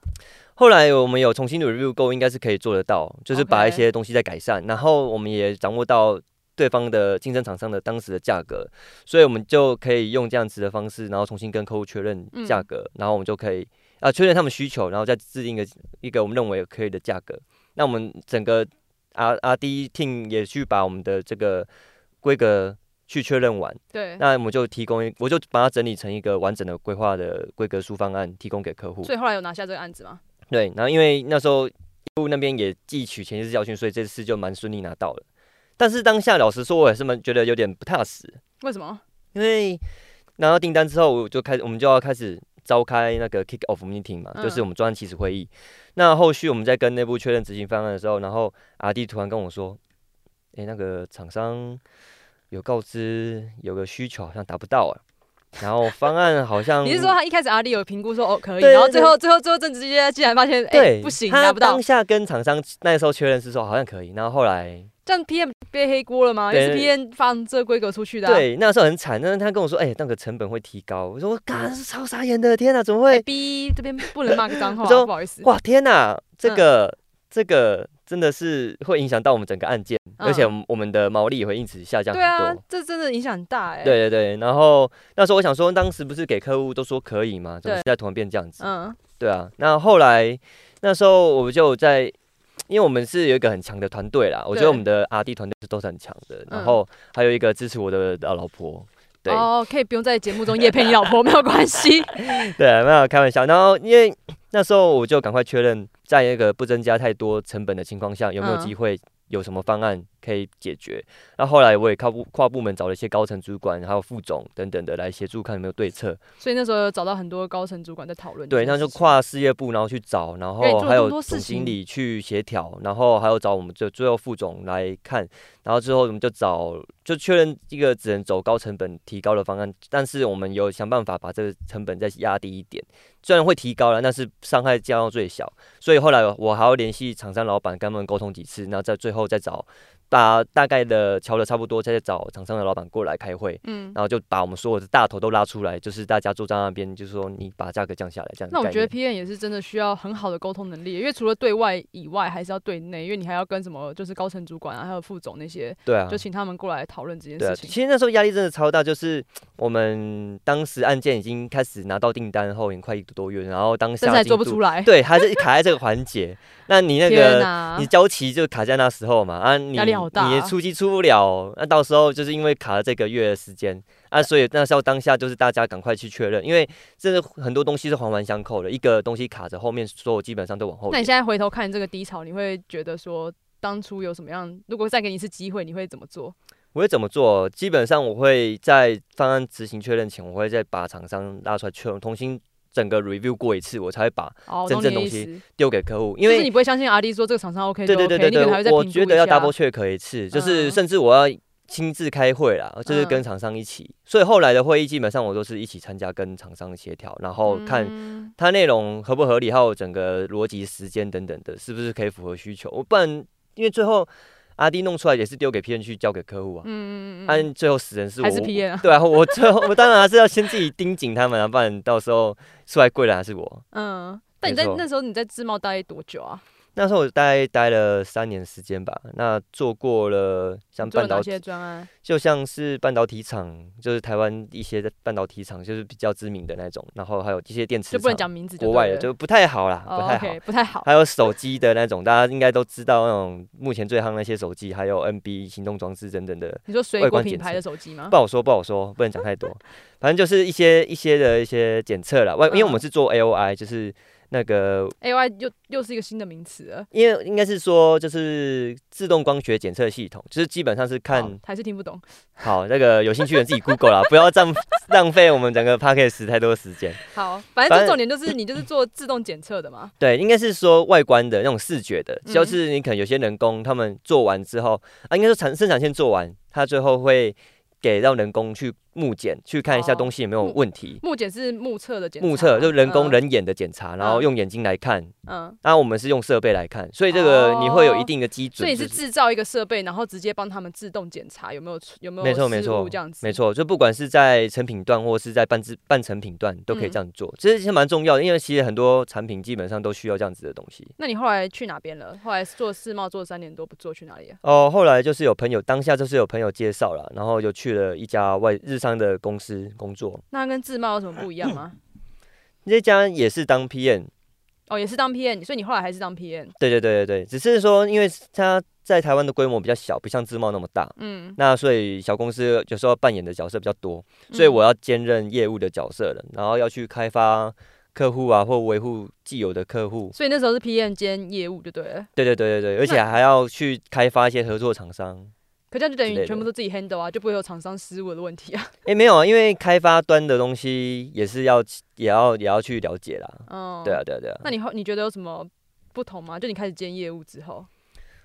Speaker 2: 后来我们有重新 review 购，应该是可以做得到，就是把
Speaker 1: OK
Speaker 2: 一些东西再改善，然后我们也掌握到。对方的竞争厂商的当时的价格，所以我们就可以用这样子的方式，然后重新跟客户确认
Speaker 1: 嗯
Speaker 2: 价格，然后我们就可以啊确认他们需求，然后再制定一个一个我们认为可以的价格。那我们整个啊 R R D team 也去把我们的这个规格去确认完，
Speaker 1: 对，
Speaker 2: 那我们就提供一，我就把它整理成一个完整的规划的规格书方案，提供给客户。
Speaker 1: 所以后来有拿下这个案子吗？
Speaker 2: 对，然后因为那时候业务那边也汲取前一次教训，所以这次就蛮顺利拿到了。但是当下老实说，我也是蛮觉得有点不踏实，
Speaker 1: 为什么？
Speaker 2: 因为拿到订单之后，我就开我们就要开始召开那个 kick off meeting 嘛，
Speaker 1: 嗯
Speaker 2: 就是我们专案起始会议。那后续我们在跟内部确认执行方案的时候，然后阿弟突然跟我说：“诶，那个厂商有告知有个需求好像达不到啊，然后方案好像
Speaker 1: 你是说他一开始阿力有评估说哦可以，
Speaker 2: 嗯对
Speaker 1: 然后最
Speaker 2: 对
Speaker 1: 后最后最后正直接竟然发现哎
Speaker 2: 对、
Speaker 1: 不行
Speaker 2: 他
Speaker 1: 拿不到
Speaker 2: 当，下跟厂商那时候确认是说好像可以，然后后来
Speaker 1: 这样 PM 背黑锅了吗？也是
Speaker 2: 对
Speaker 1: PM 放这个规格出去的啊，
Speaker 2: 对那时候很惨，但是他跟我说，哎、那个成本会提高。我说，我嘎，是超傻眼的，天哪、怎么
Speaker 1: 嗯哎嗯
Speaker 2: 会？
Speaker 1: ，B 这边不能骂个 脏话，
Speaker 2: 我说
Speaker 1: 不好意思。
Speaker 2: 哇，天哪、这个、这个真的是会影响到我们整个案件，而且我们我们的毛利也会因此下降
Speaker 1: 嗯
Speaker 2: 很
Speaker 1: 对啊
Speaker 2: 多。，
Speaker 1: 这真的影响很大哎。，
Speaker 2: 对对对，然后那时候我想说，当时不是给客户都说可以吗？怎
Speaker 1: 对
Speaker 2: 么现在突然变这样子？
Speaker 1: 嗯，
Speaker 2: 对啊，那后来那时候我们就在，因为我们是有一个很强的团队啦，我觉得我们的 R D 团队都是很强的，
Speaker 1: 嗯
Speaker 2: 然后还有一个支持我的呃老婆，对、
Speaker 1: 哦，可以不用在节目中夜配你老婆，没有关系。
Speaker 2: 对，啊没有开玩笑。然后因为那时候我就赶快确认，在那个不增加太多成本的情况下，有没有
Speaker 1: 嗯
Speaker 2: 机会有什么方案可以解决？那后来我也靠部跨部门找了一些高层主管，还有副总等等的来协助看有没有对策。
Speaker 1: 所以那时候有找到很多高层主管在讨论这
Speaker 2: 对，
Speaker 1: 件事情。
Speaker 2: 那就跨事业部，然后去找，然
Speaker 1: 对
Speaker 2: 后
Speaker 1: 做了
Speaker 2: 还有
Speaker 1: 更多事
Speaker 2: 总经
Speaker 1: 情
Speaker 2: 理去协调，然后还有找我们最最后副总来看，然后之后我们就找就确认一个只能走高成本提高的方案，但是我们有想办法把这个成本再压低一点，虽然会提高了，但是伤害降到最小。所以后来我还要联系厂商老板跟他们沟通几次，然后在最后再找把大概的瞧的差不多，再找厂商的老板过来开会。
Speaker 1: 嗯。
Speaker 2: 然后就把我们所有的大头都拉出来，就是大家坐在那边，就是说你把价格降下来，这样的
Speaker 1: 那我
Speaker 2: 概
Speaker 1: 觉得
Speaker 2: 念。
Speaker 1: P N 也是真的需要很好的沟通能力，因为除了对外以外，还是要对内，因为你还要跟什么就是高层主管啊，还有副总那些，
Speaker 2: 对啊
Speaker 1: 就，请他们过来讨论这件
Speaker 2: 对啊，
Speaker 1: 事情。
Speaker 2: 其实那时候压力真的超大，就是我们当时案件已经开始拿到订单后，已经快一个多月，然后当下
Speaker 1: 但是还
Speaker 2: 进
Speaker 1: 做不
Speaker 2: 度
Speaker 1: 出来，
Speaker 2: 对，还是卡在 这个环节。那你那
Speaker 1: 天
Speaker 2: 个
Speaker 1: 哪
Speaker 2: 你！交期就卡在那时候嘛，啊你，
Speaker 1: 压力好大啊
Speaker 2: 你也出机出不了，那到时候就是因为卡了这个月的时间啊，所以那时候当下就是大家赶快去确认，因为真的很多东西是环环相扣的，一个东西卡着，后面所有基本上都往后
Speaker 1: 那
Speaker 2: 延
Speaker 1: 你。现在回头看这个低潮，你会觉得说当初有什么样？如果再给你一次机会，你会怎么做？
Speaker 2: 我会怎么做？基本上我会在方案执行确认前，我会再把厂商拉出来确认，重新整个 review 过一次，我才会把
Speaker 1: 哦，我
Speaker 2: 真
Speaker 1: 懂
Speaker 2: 正
Speaker 1: 你的
Speaker 2: 东
Speaker 1: 意
Speaker 2: 西
Speaker 1: 思，
Speaker 2: 丢给客户，因
Speaker 1: 就是
Speaker 2: 为
Speaker 1: 你。不会相信阿弟说这个厂商 OK 就
Speaker 2: 对
Speaker 1: OK，
Speaker 2: 对对对
Speaker 1: 你可能还会再
Speaker 2: 对，
Speaker 1: 评
Speaker 2: 我
Speaker 1: 估
Speaker 2: 觉
Speaker 1: 一
Speaker 2: 得要
Speaker 1: 下
Speaker 2: double check 一次，就是
Speaker 1: 嗯
Speaker 2: 甚至我要亲自开会啦，就
Speaker 1: 嗯
Speaker 2: 是跟厂商一起。所以后来的会议基本上我都是一起参加，跟厂商协调，然后看
Speaker 1: 嗯
Speaker 2: 它内容合不合理，还有整个逻辑、时间等等的，是不是可以符合需求？我不然因为最后 R D 弄出来也是丢给 P N 去交给客户啊，
Speaker 1: 嗯嗯嗯嗯，
Speaker 2: 按最后死人是我，
Speaker 1: 还是 P N 啊？
Speaker 2: 对啊，我最后我当然还是要先自己盯紧他们啊，不然到时候出来跪的还是我。
Speaker 1: 嗯，但你在
Speaker 2: 没错
Speaker 1: 那时候你在自贸待多久啊？
Speaker 2: 那时候我大概待了三年时间吧，那做过了像
Speaker 1: 你做
Speaker 2: 半
Speaker 1: 了
Speaker 2: 导
Speaker 1: 哪
Speaker 2: 体，
Speaker 1: 些专案？
Speaker 2: 就像是半导体厂，就是台湾一些的半导体厂，就是比较知名的那种，然后还有一些电池
Speaker 1: 就不能
Speaker 2: 厂，
Speaker 1: 讲名字就
Speaker 2: 国
Speaker 1: 对
Speaker 2: 外的
Speaker 1: 了
Speaker 2: 就不太好啦，
Speaker 1: 哦
Speaker 2: 不太好。
Speaker 1: OK，不太好。
Speaker 2: 还有手机的那种，大家应该都知道那种目前最夯那些手机，还有 NB 行动装置等等的，
Speaker 1: 你说水
Speaker 2: 外
Speaker 1: 果
Speaker 2: 观
Speaker 1: 品
Speaker 2: 检
Speaker 1: 牌
Speaker 2: 测
Speaker 1: 的手机吗
Speaker 2: 不？好说，不好说，不能讲太多。反正就是一些一些的一些检测啦。外，因为
Speaker 1: 嗯
Speaker 2: 我们是做 AOI，就是那个，
Speaker 1: A Y 又又是一个新的名词了，
Speaker 2: 因为应该是说就是自动光学检测系统，就是基本上是看
Speaker 1: 好还是听不懂。
Speaker 2: 好那个有兴趣的人自己 Google 啦，不要浪浪费我们整个 p a c k a g e 太多时间。
Speaker 1: 好，反
Speaker 2: 反
Speaker 1: 正
Speaker 2: 正
Speaker 1: 重点就是你就是做自动检测的嘛。
Speaker 2: 对，应该是说外观的那种视觉的，
Speaker 1: 嗯
Speaker 2: 就是你可能有些人工他们做完之后啊，应该说产生产线做完，他最后会给让人工去目检，去看一下
Speaker 1: 哦
Speaker 2: 东西有没有
Speaker 1: 目
Speaker 2: 问题。
Speaker 1: 目检是目测的检查嘛，
Speaker 2: 目测就人工
Speaker 1: 嗯，
Speaker 2: 人眼的检查，然后
Speaker 1: 嗯
Speaker 2: 用眼睛来看，
Speaker 1: 嗯，
Speaker 2: 那我们是用设备来看，所以这个你会有一定的基
Speaker 1: 哦所
Speaker 2: 准
Speaker 1: 以你，
Speaker 2: 就是
Speaker 1: 制造一个设备，然后直接帮他们自动检查有没有出有没有
Speaker 2: 没错
Speaker 1: 失
Speaker 2: 没错
Speaker 1: 误这样子，
Speaker 2: 没。错，就不管是在成品段或是在半制半成品段
Speaker 1: 嗯
Speaker 2: 都可以这样做，其实是蛮重要的，因为其实很多产品基本上都需要这样子的东西。
Speaker 1: 那你后来去哪边了？后来做世贸做三年多，不做去哪里了？
Speaker 2: 哦，后来就是有朋友，当下就是有朋友介绍了，然后就去了一家外日商的公司工作，
Speaker 1: 那它跟自贸有什么不一样 吗？
Speaker 2: 那家也是当 PM，
Speaker 1: 哦，也是当 PM，所以你后来还是当 PM。
Speaker 2: 对对对对对，只是说因为他在台湾的规模比较小，不像自贸那么大，
Speaker 1: 嗯，
Speaker 2: 那所以小公司有时候扮演的角色比较多， 所以我
Speaker 1: 嗯
Speaker 2: 要兼任业务的角色了，然后要去开发客户啊，或维护既有的客户。
Speaker 1: 嗯所以那时候是 PM 兼业务就对了，
Speaker 2: 对对对对对，而且还要去开发一些合作厂商。
Speaker 1: 可这样就等于
Speaker 2: 之
Speaker 1: 你
Speaker 2: 类的
Speaker 1: 全部都自己 handle 啊，就不会有厂商失误的问题啊。
Speaker 2: 诶，没有啊，因为开发端的东西也是要也要也要去了解啦。
Speaker 1: 嗯，
Speaker 2: 对啊，对啊，对啊。
Speaker 1: 那你后你觉得有什么不同吗？就你开始兼业务之后，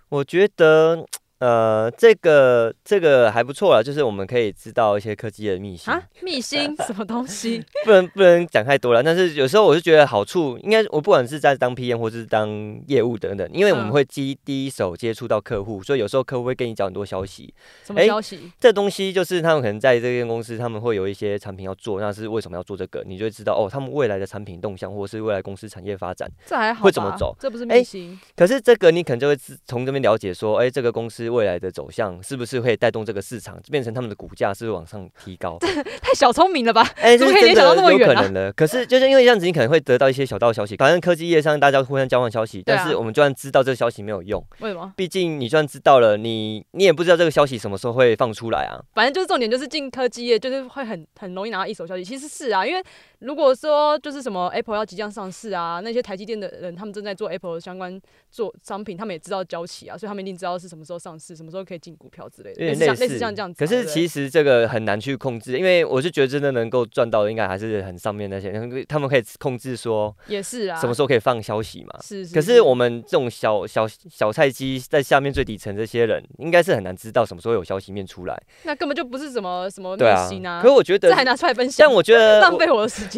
Speaker 2: 我觉得。呃，这个这个还不错啦，就是我们可以知道一些科技的秘辛，
Speaker 1: 啊，秘 辛什么东西？
Speaker 2: 不能不能讲太多了。但是有时候我是觉得好处，应该我不管是在当 PM 或是当业务等等，因为我们
Speaker 1: 嗯
Speaker 2: 会第一第一手接触到客户，所以有时候客户会跟你讲很多消息。
Speaker 1: 什么
Speaker 2: 哎
Speaker 1: 消息？
Speaker 2: 这东西就是他们可能在这间公司，他们会有一些产品要做，那是为什么要做这个？你就会知道哦，他们未来的产品动向，或是未来公司产业发展。
Speaker 1: 这还好吧，
Speaker 2: 会怎么走
Speaker 1: 这不是
Speaker 2: 哎
Speaker 1: 秘辛。
Speaker 2: 可是这个你可能就会自从这边了解说，哎，这个公司未来的走向是不是会带动这个市场，变成他们的股价是不是往上提高？
Speaker 1: 太小聪明了吧？
Speaker 2: 哎，
Speaker 1: 怎
Speaker 2: 这
Speaker 1: 么可
Speaker 2: 是
Speaker 1: 以联
Speaker 2: 真
Speaker 1: 想到那么
Speaker 2: 的有
Speaker 1: 远
Speaker 2: 可
Speaker 1: 啊
Speaker 2: 能的。可是就是因为这样子，你可能会得到一些小道消息。反正科技业上大家互相交换消息，
Speaker 1: 对啊
Speaker 2: 但是我们就算知道这个消息没有用，
Speaker 1: 为什么？
Speaker 2: 毕竟你就算知道了，你你也不知道这个消息什么时候会放出来啊。
Speaker 1: 反正就是重点就是进科技业，就是会很很容易拿到一手消息。其实是啊，因为如果说就是什么 Apple 要即将上市啊，那些台积电的人他们正在做 Apple 相关做商品，他们也知道交期啊，所以他们一定知道是什么时候上市，什么时候可以进股票之类的，
Speaker 2: 有
Speaker 1: 类
Speaker 2: 点
Speaker 1: 似像
Speaker 2: 类
Speaker 1: 类
Speaker 2: 似
Speaker 1: 像这样子
Speaker 2: 可
Speaker 1: 啊。
Speaker 2: 是
Speaker 1: 对
Speaker 2: 其实这个很难去控制，因为我是觉得真的能够赚到的，应该还是很上面那些，人，他们可以控制说
Speaker 1: 不对也是啊，
Speaker 2: 什么时候可以放消息嘛。
Speaker 1: 是是。
Speaker 2: 可是我们这种小小小菜鸡在下面最底层这些人，应该是很难知道什么时候有消息面出来。
Speaker 1: 那根本就不是什么什么秘
Speaker 2: 对啊
Speaker 1: 辛，啊
Speaker 2: 可，我觉得
Speaker 1: 这还拿出来分享
Speaker 2: 但，我觉得
Speaker 1: 浪
Speaker 2: 我，
Speaker 1: 费我的时 间。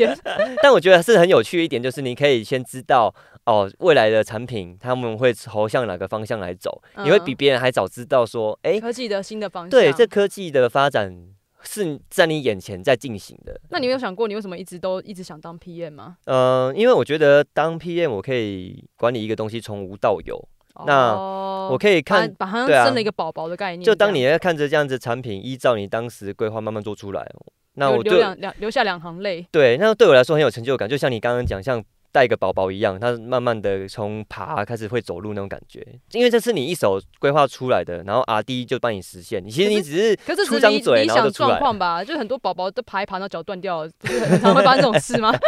Speaker 2: 但我觉得是很有趣一点，就是你可以先知道哦，未来的产品他们会朝向哪个方向来走，
Speaker 1: 嗯
Speaker 2: 你会比别人还早知道说，哎、
Speaker 1: 科技的新的方向。
Speaker 2: 对，这科技的发展是在你眼前在进行的。
Speaker 1: 那你有想过你为什么一直都一直想当啊 PM 吗？
Speaker 2: 呃，因为我觉得当 PM 我可以管理一个东西从无到有，那
Speaker 1: 哦
Speaker 2: 我可以
Speaker 1: 把
Speaker 2: 看，
Speaker 1: 把好像
Speaker 2: 对啊
Speaker 1: 生了一个宝宝的概念这
Speaker 2: 就
Speaker 1: 样，
Speaker 2: 当你要看着这样子产品，依照你当时规划慢慢做出来，那
Speaker 1: 留
Speaker 2: 我
Speaker 1: 留
Speaker 2: 对
Speaker 1: 两两留下两行泪，
Speaker 2: 对，那对我来说很有成就感，就像你刚刚讲，像。带一个宝宝一样，他慢慢的从爬开始会走路那种感觉，因为这是你一手规划出来的，然后 R D 就帮你实现。你其实
Speaker 1: 可
Speaker 2: 你只是
Speaker 1: 可是
Speaker 2: 出
Speaker 1: 只是
Speaker 2: 张
Speaker 1: 理
Speaker 2: 嘴
Speaker 1: 理
Speaker 2: 然后
Speaker 1: 想
Speaker 2: 就出来
Speaker 1: 状况吧，就很多宝宝都爬一爬，然后脚断掉了，不是很常会发生这种事 吗？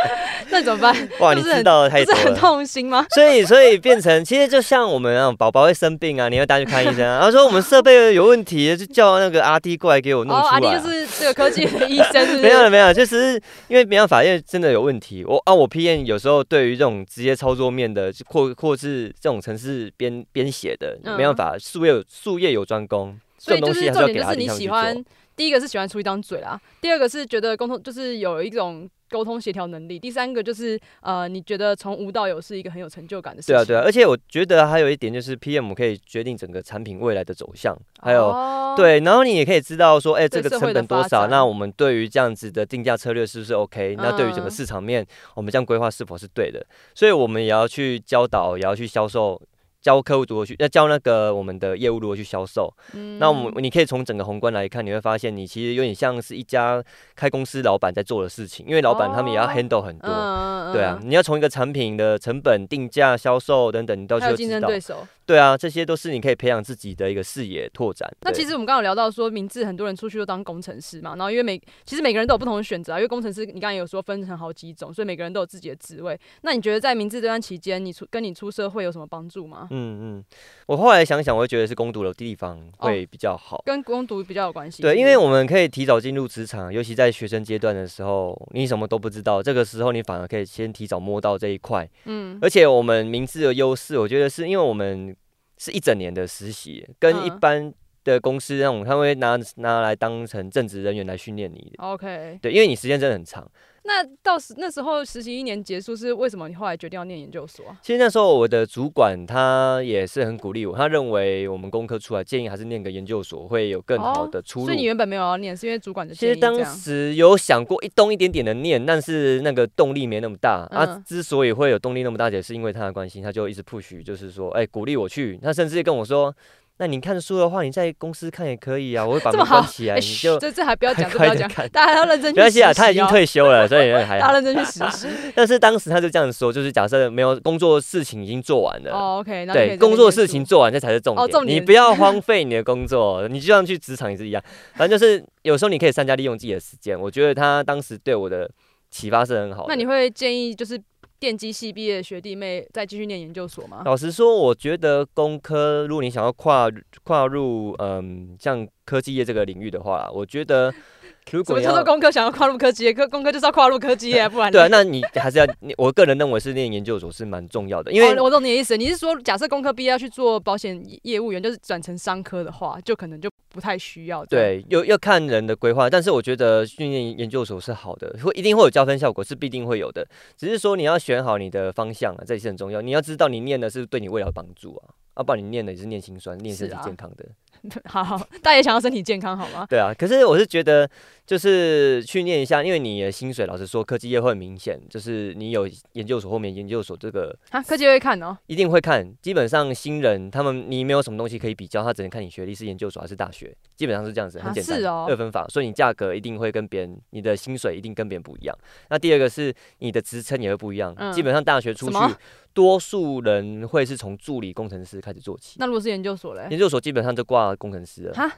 Speaker 1: 那你怎么办？
Speaker 2: 哇，
Speaker 1: 就
Speaker 2: 你
Speaker 1: 是很
Speaker 2: 知道的太
Speaker 1: 不
Speaker 2: 多
Speaker 1: 是很
Speaker 2: 了。
Speaker 1: 痛心吗？
Speaker 2: 所以，所以变成其实就像我们啊，宝宝会生病啊，你要带他去看医生啊。然后说我们设备有问题，就叫那个阿弟过来给我弄
Speaker 1: 哦，
Speaker 2: 出来啊、
Speaker 1: 阿弟就是这个科技的医生，是不
Speaker 2: 没有
Speaker 1: 是？
Speaker 2: 了，没有了，就是因为没办法，因为真的有问题。我啊，我 P N 有时候对于这种直接操作面的，或或是这种城市编编写的，
Speaker 1: 嗯
Speaker 2: 没办法，术业有术业有专攻。
Speaker 1: 所以就
Speaker 2: 这种东西
Speaker 1: 是
Speaker 2: 还是
Speaker 1: 重点
Speaker 2: 要给
Speaker 1: 就
Speaker 2: 他
Speaker 1: 是
Speaker 2: 地
Speaker 1: 你
Speaker 2: 方去
Speaker 1: 喜欢，第一个是喜欢出一张嘴啦，第二个是觉得沟通就是有一种沟通协调能力，第三个就是呃，你觉得从无到有是一个很有成就感的事情。
Speaker 2: 对啊，对啊，而且我觉得还有一点就是 PM 可以决定整个产品未来的走向，还有、
Speaker 1: 哦，
Speaker 2: 对，然后你也可以知道说，哎、这
Speaker 1: 对
Speaker 2: 个
Speaker 1: 社
Speaker 2: 成
Speaker 1: 会的
Speaker 2: 本多
Speaker 1: 发
Speaker 2: 少？
Speaker 1: 展
Speaker 2: 那我们对于这样子的定价策略是不是 OK？、那对于整个
Speaker 1: 嗯
Speaker 2: 市场面，我们这样规划是否是对的？所以我们也要去教导，也要去销售。教客户如何去，要教那个我们的业务如何去销售。
Speaker 1: 嗯
Speaker 2: 那我们你可以从整个宏观来看，你会发现你其实有点像是一家开公司老板在做的事情，因为老板他们也要
Speaker 1: 哦
Speaker 2: handle 很多。
Speaker 1: 嗯
Speaker 2: 对啊，，你要从一个产品的成本、定价、销售等等，你到
Speaker 1: 嗯还
Speaker 2: 时
Speaker 1: 有
Speaker 2: 候
Speaker 1: 竞
Speaker 2: 知
Speaker 1: 争
Speaker 2: 道。
Speaker 1: 对手。
Speaker 2: 对啊，这些都是你可以培养自己的一个视野拓展。
Speaker 1: 那
Speaker 2: 对
Speaker 1: 其实我们刚刚有聊到说，明治很多人出去都当工程师嘛，然后因为每其实每个人都有不同的选择啊，因为工程师你刚刚也有说分成好几种，所以每个人都有自己的职位。那你觉得在明治这段期间，你出跟你出社会有什么帮助吗？
Speaker 2: 嗯嗯，我后来想想，我会觉得是攻读的地方
Speaker 1: 哦
Speaker 2: 会比较好。
Speaker 1: 跟攻读比较有关系。
Speaker 2: 对，
Speaker 1: 是
Speaker 2: 因
Speaker 1: 不是
Speaker 2: 为我们可以提早进入职场，尤其在学生阶段的时候，你什么都不知道，这个时候你反而可以先提早摸到这一块。
Speaker 1: 嗯
Speaker 2: 而且我们明治的优势，我觉得是因为我们是一整年的实习，跟一
Speaker 1: 嗯
Speaker 2: 般的公司那种，他会拿拿来当成正职人员来训练你的。
Speaker 1: ，OK，
Speaker 2: 对，因为你时间真的很长。
Speaker 1: 那到时那时候实习一年结束是为什么你后来决定要念研究所啊？
Speaker 2: 其实那时候我的主管他也是很鼓励我，他认为我们工科出来，建议还是念个研究所会有更好
Speaker 1: 哦
Speaker 2: 的出路。
Speaker 1: 所以你原本没有要念，是因为主管的
Speaker 2: 其
Speaker 1: 建
Speaker 2: 实
Speaker 1: 议这
Speaker 2: 当
Speaker 1: 样。
Speaker 2: 时有想过一动一点点的念，但是那个动力没那么大、啊
Speaker 1: 嗯。
Speaker 2: 之所以会有动力那么大，也是因为他的关心，他就一直 push，就是说，哎、鼓励我去。他甚至跟我说，那你看书的话，你在公司看也可以啊，我会把
Speaker 1: 这么
Speaker 2: 门关
Speaker 1: 好
Speaker 2: 起来，
Speaker 1: 哎
Speaker 2: 你
Speaker 1: 嘘
Speaker 2: 就
Speaker 1: 这这还不要
Speaker 2: 快
Speaker 1: 讲，这不
Speaker 2: 快
Speaker 1: 要
Speaker 2: 地
Speaker 1: 讲，
Speaker 2: 看。
Speaker 1: 大家要认真去
Speaker 2: 没关系啊，他已
Speaker 1: 实习
Speaker 2: 经
Speaker 1: 哦，
Speaker 2: 退休了，所以 还
Speaker 1: 大家
Speaker 2: 好。
Speaker 1: 认真去实习。
Speaker 2: 但是当时他就这样说，就是假设没有工作事情已经做完了，
Speaker 1: 哦，OK，那就可以在
Speaker 2: 对，工
Speaker 1: 那
Speaker 2: 作
Speaker 1: 边
Speaker 2: 事
Speaker 1: 住
Speaker 2: 情做完这才是重
Speaker 1: 哦
Speaker 2: 点。
Speaker 1: 重
Speaker 2: 你
Speaker 1: 点
Speaker 2: 不要荒废你的工作，你就像去职场也是一 样。反正就是有时候你可以善加利用自己的时间。我觉得他当时对我的启发是很好的。
Speaker 1: 那你会建议就是电机系毕业的学弟妹再继续念研究所吗？
Speaker 2: 老实说，我觉得工科，如果你想要跨跨入嗯像科技业这个领域的话，我觉得 如
Speaker 1: 什
Speaker 2: 果
Speaker 1: 么
Speaker 2: 你
Speaker 1: 叫做
Speaker 2: 要
Speaker 1: 工科想要跨入科技业？科工科就是要跨入科技业，不然
Speaker 2: 对啊，
Speaker 1: 嘞。
Speaker 2: 那你还是要，你我个人认为是念研究所是蛮重要的，因为
Speaker 1: 哦我懂你的意思，你是说假设工科毕业要去做保险业务员，就是转成商科的话，就可能就不太需要。，
Speaker 2: 对，要要看人的规划，但是我觉得训练研究所是好的，会一定会有加分效果，是必定会有的。只是说你要选好你的方向啊，这也是很重要。你要知道你念的是对你未来有帮助啊，要、不然你念的也是念心酸，念身
Speaker 1: 是
Speaker 2: 体
Speaker 1: 啊
Speaker 2: 健康的。
Speaker 1: 好好，大家也想要身体健康，好 吗？
Speaker 2: 对啊，可是我是觉得就是去念一下，因为你的薪水，老实说，科技业会很明显，就是你有研究所后面研究所这个
Speaker 1: 啊，科技业会看哦。
Speaker 2: 一定会看。基本上新人他们你没有什么东西可以比较，他只能看你学历是研究所还是大学，基本上是这样子，
Speaker 1: 啊
Speaker 2: 很简单，
Speaker 1: 是哦
Speaker 2: 二分法。所以你价格一定会跟别人，你的薪水一定跟别人不一样。那第二个是你的职称也会不一样，
Speaker 1: 嗯
Speaker 2: 基本上大学出去
Speaker 1: 什么，
Speaker 2: 多数人会是从助理工程师开始做起。
Speaker 1: 那如果是研究所嘞，
Speaker 2: 研究所基本上就挂工程师了，
Speaker 1: 哦哈，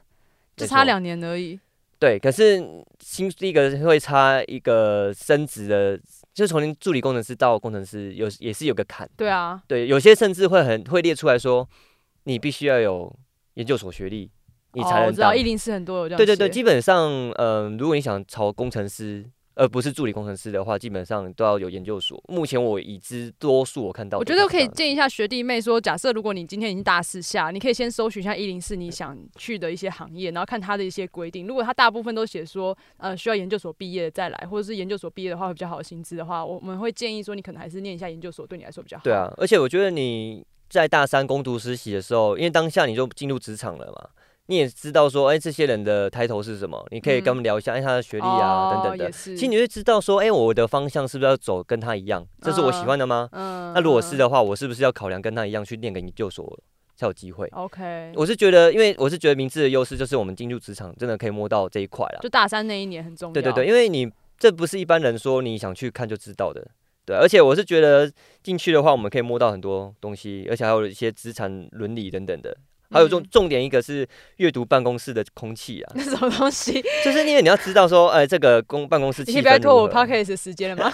Speaker 1: 就
Speaker 2: 没
Speaker 1: 差
Speaker 2: 错
Speaker 1: 两年而已。
Speaker 2: 对，可是薪第一个会差一个升职的，就是从助理工程师到工程师有也是有个坎。
Speaker 1: 对啊，
Speaker 2: 对，有些甚至会很会列出来说，你必须要有研究所学历，你才
Speaker 1: 哦、我
Speaker 2: 能
Speaker 1: 知道
Speaker 2: 当。
Speaker 1: 一零四很多有这样。
Speaker 2: 对对对，，基本上，嗯、如果你想朝工程师，而不是助理工程师的话，基本上都要有研究所。目前我已知多数我看到的
Speaker 1: 我
Speaker 2: 都
Speaker 1: 觉
Speaker 2: 是这样，
Speaker 1: 得可以建议一下学弟妹说，假设如果你今天已经大四下，你可以先搜寻一下一零四你想去的一些行业，然后看它的一些规定。如果它大部分都写说，呃，需要研究所毕业的再来，或者是研究所毕业的话会比较好的薪资的话，我们会建议说你可能还是念一下研究所，对你来说比较好。
Speaker 2: 对，啊，而且我觉得你在大三攻读实习的时候，因为当下你就进入职场了嘛，你也知道说，哎、这些人的 title 是什么，你可以跟他们聊一下，哎、他的学历啊、
Speaker 1: 嗯哦、
Speaker 2: 等等的
Speaker 1: 也。是。
Speaker 2: 其实你会知道说，哎、我的方向是不是要走跟他一样？这是我喜
Speaker 1: 嗯
Speaker 2: 欢的吗？
Speaker 1: 嗯
Speaker 2: 那如果是
Speaker 1: 嗯
Speaker 2: 的话，我是不是要考量跟他一样去念个研究所才有机会？
Speaker 1: ，OK，
Speaker 2: 我是觉得，因为我是觉得明智的优势就是我们进入职场真的可以摸到这一块啦。
Speaker 1: 就大三那一年很重要。
Speaker 2: 对对对，，因为你这不是一般人说你想去看就知道的。对，而且我是觉得进去的话，我们可以摸到很多东西，而且还有一些资产伦理等等的。还有重
Speaker 1: 嗯
Speaker 2: 重点一个是阅读办公室的空气啊，
Speaker 1: 那什么东 西？
Speaker 2: 就是因为你要知道说，哎，这个公办公室
Speaker 1: 你
Speaker 2: 气
Speaker 1: 可以
Speaker 2: 氛
Speaker 1: 不要拖
Speaker 2: 如
Speaker 1: 我
Speaker 2: 何
Speaker 1: podcast 的时间了吗？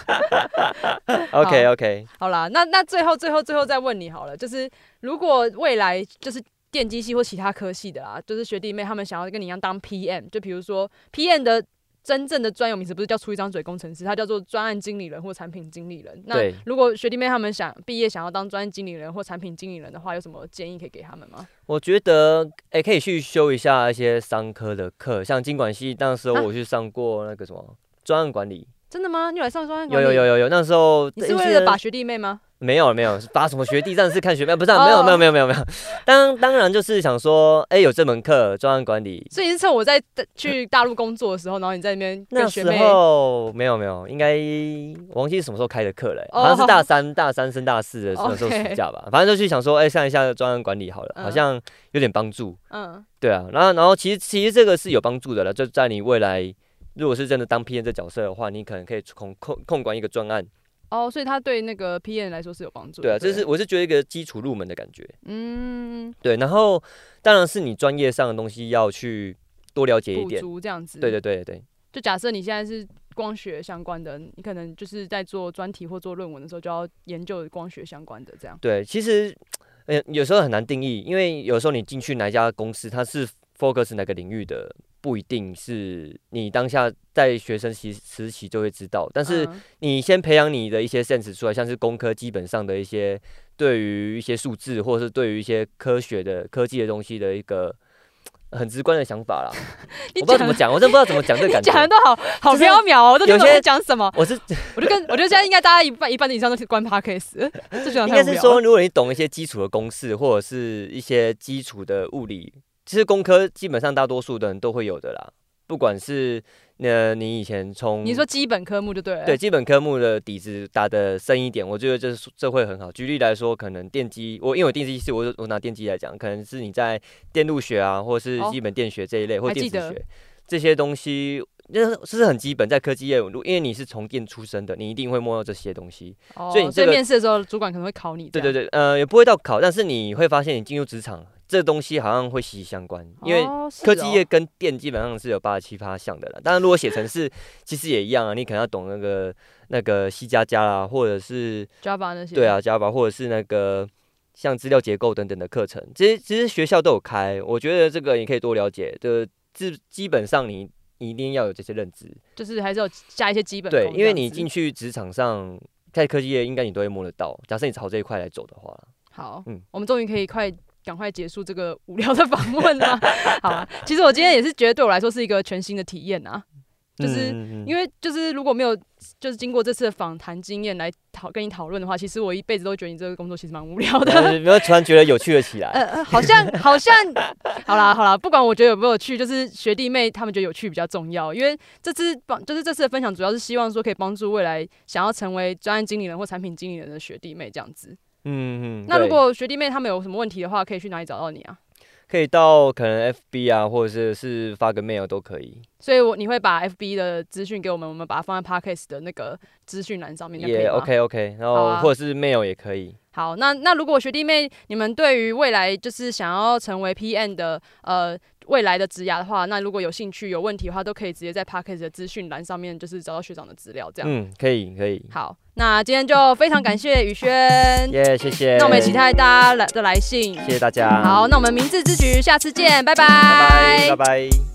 Speaker 2: OK OK，
Speaker 1: 好啦，那那最后最后最后再问你好了，就是如果未来就是电啊机系或其他科系的啦，就是学弟妹他们想要跟你一样当 PM，就比如说 PM 的真正的专有名词不是叫出一张嘴工程师，它叫做专案经理人或产品经理人。那
Speaker 2: 对
Speaker 1: 如果学弟妹他们想毕业想要当专案经理人或产品经理人的话，有什么建议可以给他们吗？
Speaker 2: 我觉得哎、可以去修一下一些商科的课，像经管系那时候
Speaker 1: 啊
Speaker 2: 我去上过那个什么专案管理，
Speaker 1: 真的吗？你有来上专案
Speaker 2: 有
Speaker 1: 管理？
Speaker 2: 有有
Speaker 1: 有。
Speaker 2: 有有，那时候
Speaker 1: 你是
Speaker 2: 一
Speaker 1: 为
Speaker 2: 些
Speaker 1: 了把学弟妹吗？
Speaker 2: 没有没有，是把什么学弟但是看学妹，不是、啊、没
Speaker 1: 哦
Speaker 2: 有没有没有没有没有，当当然就是想说，哎、有这门课专案管理，
Speaker 1: 所以是趁我在去大陆工作的时候，然后你在那边
Speaker 2: 那
Speaker 1: 跟学
Speaker 2: 时
Speaker 1: 妹。
Speaker 2: 候没有没有，应该我忘记是什么时候开的课了、欸好像是
Speaker 1: 哦
Speaker 2: 大三大三升大四的那时候
Speaker 1: OK
Speaker 2: 暑假吧，反正就去想说，哎、上一下专案管理好了，好
Speaker 1: 嗯
Speaker 2: 像有点帮助，
Speaker 1: 嗯，
Speaker 2: 对啊，然后然后其实其实这个是有帮助的了，就在你未来如果是真的当 P N 这角色的话，你可能可以控控控管一个专案，
Speaker 1: 哦，所以他对那个 P N 来说是有帮助的。
Speaker 2: 对啊，这
Speaker 1: 不
Speaker 2: 是我是觉得一个基础入门的感觉，
Speaker 1: 嗯，
Speaker 2: 对，然后当然是你专业上的东西要去多了解一
Speaker 1: 补
Speaker 2: 点，
Speaker 1: 足这样子。
Speaker 2: 对对对对。
Speaker 1: 就假设你现在是光学相关的，你可能就是在做专题或做论文的时候，就要研究光学相关的这样。
Speaker 2: 对，其实，呃，有时候很难定义，因为有时候你进去哪一家公司，它是 focus 哪个领域的，不一定是你当下在学生时时期就会知道。但是
Speaker 1: 嗯
Speaker 2: 你先培养你的一些 sense 出来，像是工科基本上的一些对于一些数字，或者是对于一些科学的科技的东西的一个很直观的想法啦。
Speaker 1: 你
Speaker 2: 我不知道怎
Speaker 1: 讲
Speaker 2: 么讲，我真的不知道怎么讲这个感
Speaker 1: 讲的
Speaker 2: 觉。
Speaker 1: 都好好
Speaker 2: 就是
Speaker 1: 缥缈哦，我都听不
Speaker 2: 有
Speaker 1: 懂
Speaker 2: 些
Speaker 1: 在讲什么。
Speaker 2: 我是
Speaker 1: 我就跟我觉得现在应该大家一半一半以上都是关 podcast，这 就
Speaker 2: 应该是说，如果你懂一些基础的公式，或者是一些基础的物理，其实工科基本上大多数的人都会有的啦。不管是呃你以前从
Speaker 1: 你说基本科目就对了。
Speaker 2: 对，基本科目的底子打得深一点，我觉得这是这会很好。举例来说，可能电机，我因为我电机系，我我拿电机来讲，可能是你在电路学啊，或是
Speaker 1: 哦
Speaker 2: 基本电学这一类，或
Speaker 1: 还
Speaker 2: 电
Speaker 1: 记
Speaker 2: 子
Speaker 1: 得
Speaker 2: 学这些东西。就是是很基本，在科技业，如因为你是从电出身的，你一定会摸到这些东西。
Speaker 1: 哦，
Speaker 2: 所以你这
Speaker 1: 所以
Speaker 2: 个
Speaker 1: 面试的时候，主管可能会考你。
Speaker 2: 对对，对，呃，也不会到考，但是你会发现你进入职场，这东西好像会息息相关，因为
Speaker 1: 哦是
Speaker 2: 科技
Speaker 1: 哦
Speaker 2: 业跟电基本上是有八十七趴像的啦。当然，如果写 程式，其实也一样啊，你可能要懂那个那个 C 加加啦，或者是
Speaker 1: Java 那些。
Speaker 2: 对啊 Java，或者是那个像资料结构等等的课程，其实其实学校都有开，我觉得这个你可以多了解，就是基基本上你。你一定要有这些认知，
Speaker 1: 就是还是有加一些基本
Speaker 2: 对，
Speaker 1: 功
Speaker 2: 因为
Speaker 1: 哦这样
Speaker 2: 你
Speaker 1: 子
Speaker 2: 进去职场上，在科技业应该你都会摸得到。假设你朝这一块来走的话，
Speaker 1: 好，
Speaker 2: 嗯
Speaker 1: 我们终于可以快赶快结束这个无聊的访问 了。好啊，其实我今天也是觉得对我来说是一个全新的体验啊，就是
Speaker 2: 嗯嗯嗯
Speaker 1: 因为就是如果没有就是经过这次的访谈经验来讨跟你讨论的话，其实我一辈子都觉得你这个工作其实蛮无聊的。
Speaker 2: 有没有呃突然觉得有趣了起来？
Speaker 1: 呃，呃好像好像， 好啦好啦，不管我觉得有没有趣，就是学弟妹他们觉得有趣比较重要，因为这次帮就是这次的分享主要是希望说可以帮助未来想要成为专案经理人或产品经理人的学弟妹这样子。
Speaker 2: 嗯嗯。
Speaker 1: 那如
Speaker 2: 对
Speaker 1: 果学弟妹他们有什么问题的话，可以去哪里找到你啊？
Speaker 2: 可以到可能 FB 啊，或者是是发个 mail 都可以，
Speaker 1: 所以我你会把 FB 的资讯给我们，我们把它放在 Podcast 的那个资讯栏上面，那可以
Speaker 2: 也
Speaker 1: 吗
Speaker 2: OK OK。然
Speaker 1: 好
Speaker 2: 后
Speaker 1: 啊
Speaker 2: 或者是 mail 也可以。
Speaker 1: 好，那那如果学弟妹你们对于未来就是想要成为 PM 的呃未来的职涯的话，那如果有兴趣有问题的话，都可以直接在 Podcast 的资讯栏上面就是找到学长的资料这样。
Speaker 2: 嗯，可以可以。
Speaker 1: 好，那今天就非常感谢宇轩，
Speaker 2: 耶、谢谢。
Speaker 1: 那我们也期待大家来的来信。
Speaker 2: 谢谢大家。
Speaker 1: 好，，那我们明智之举下次见，拜
Speaker 2: 拜拜，拜拜。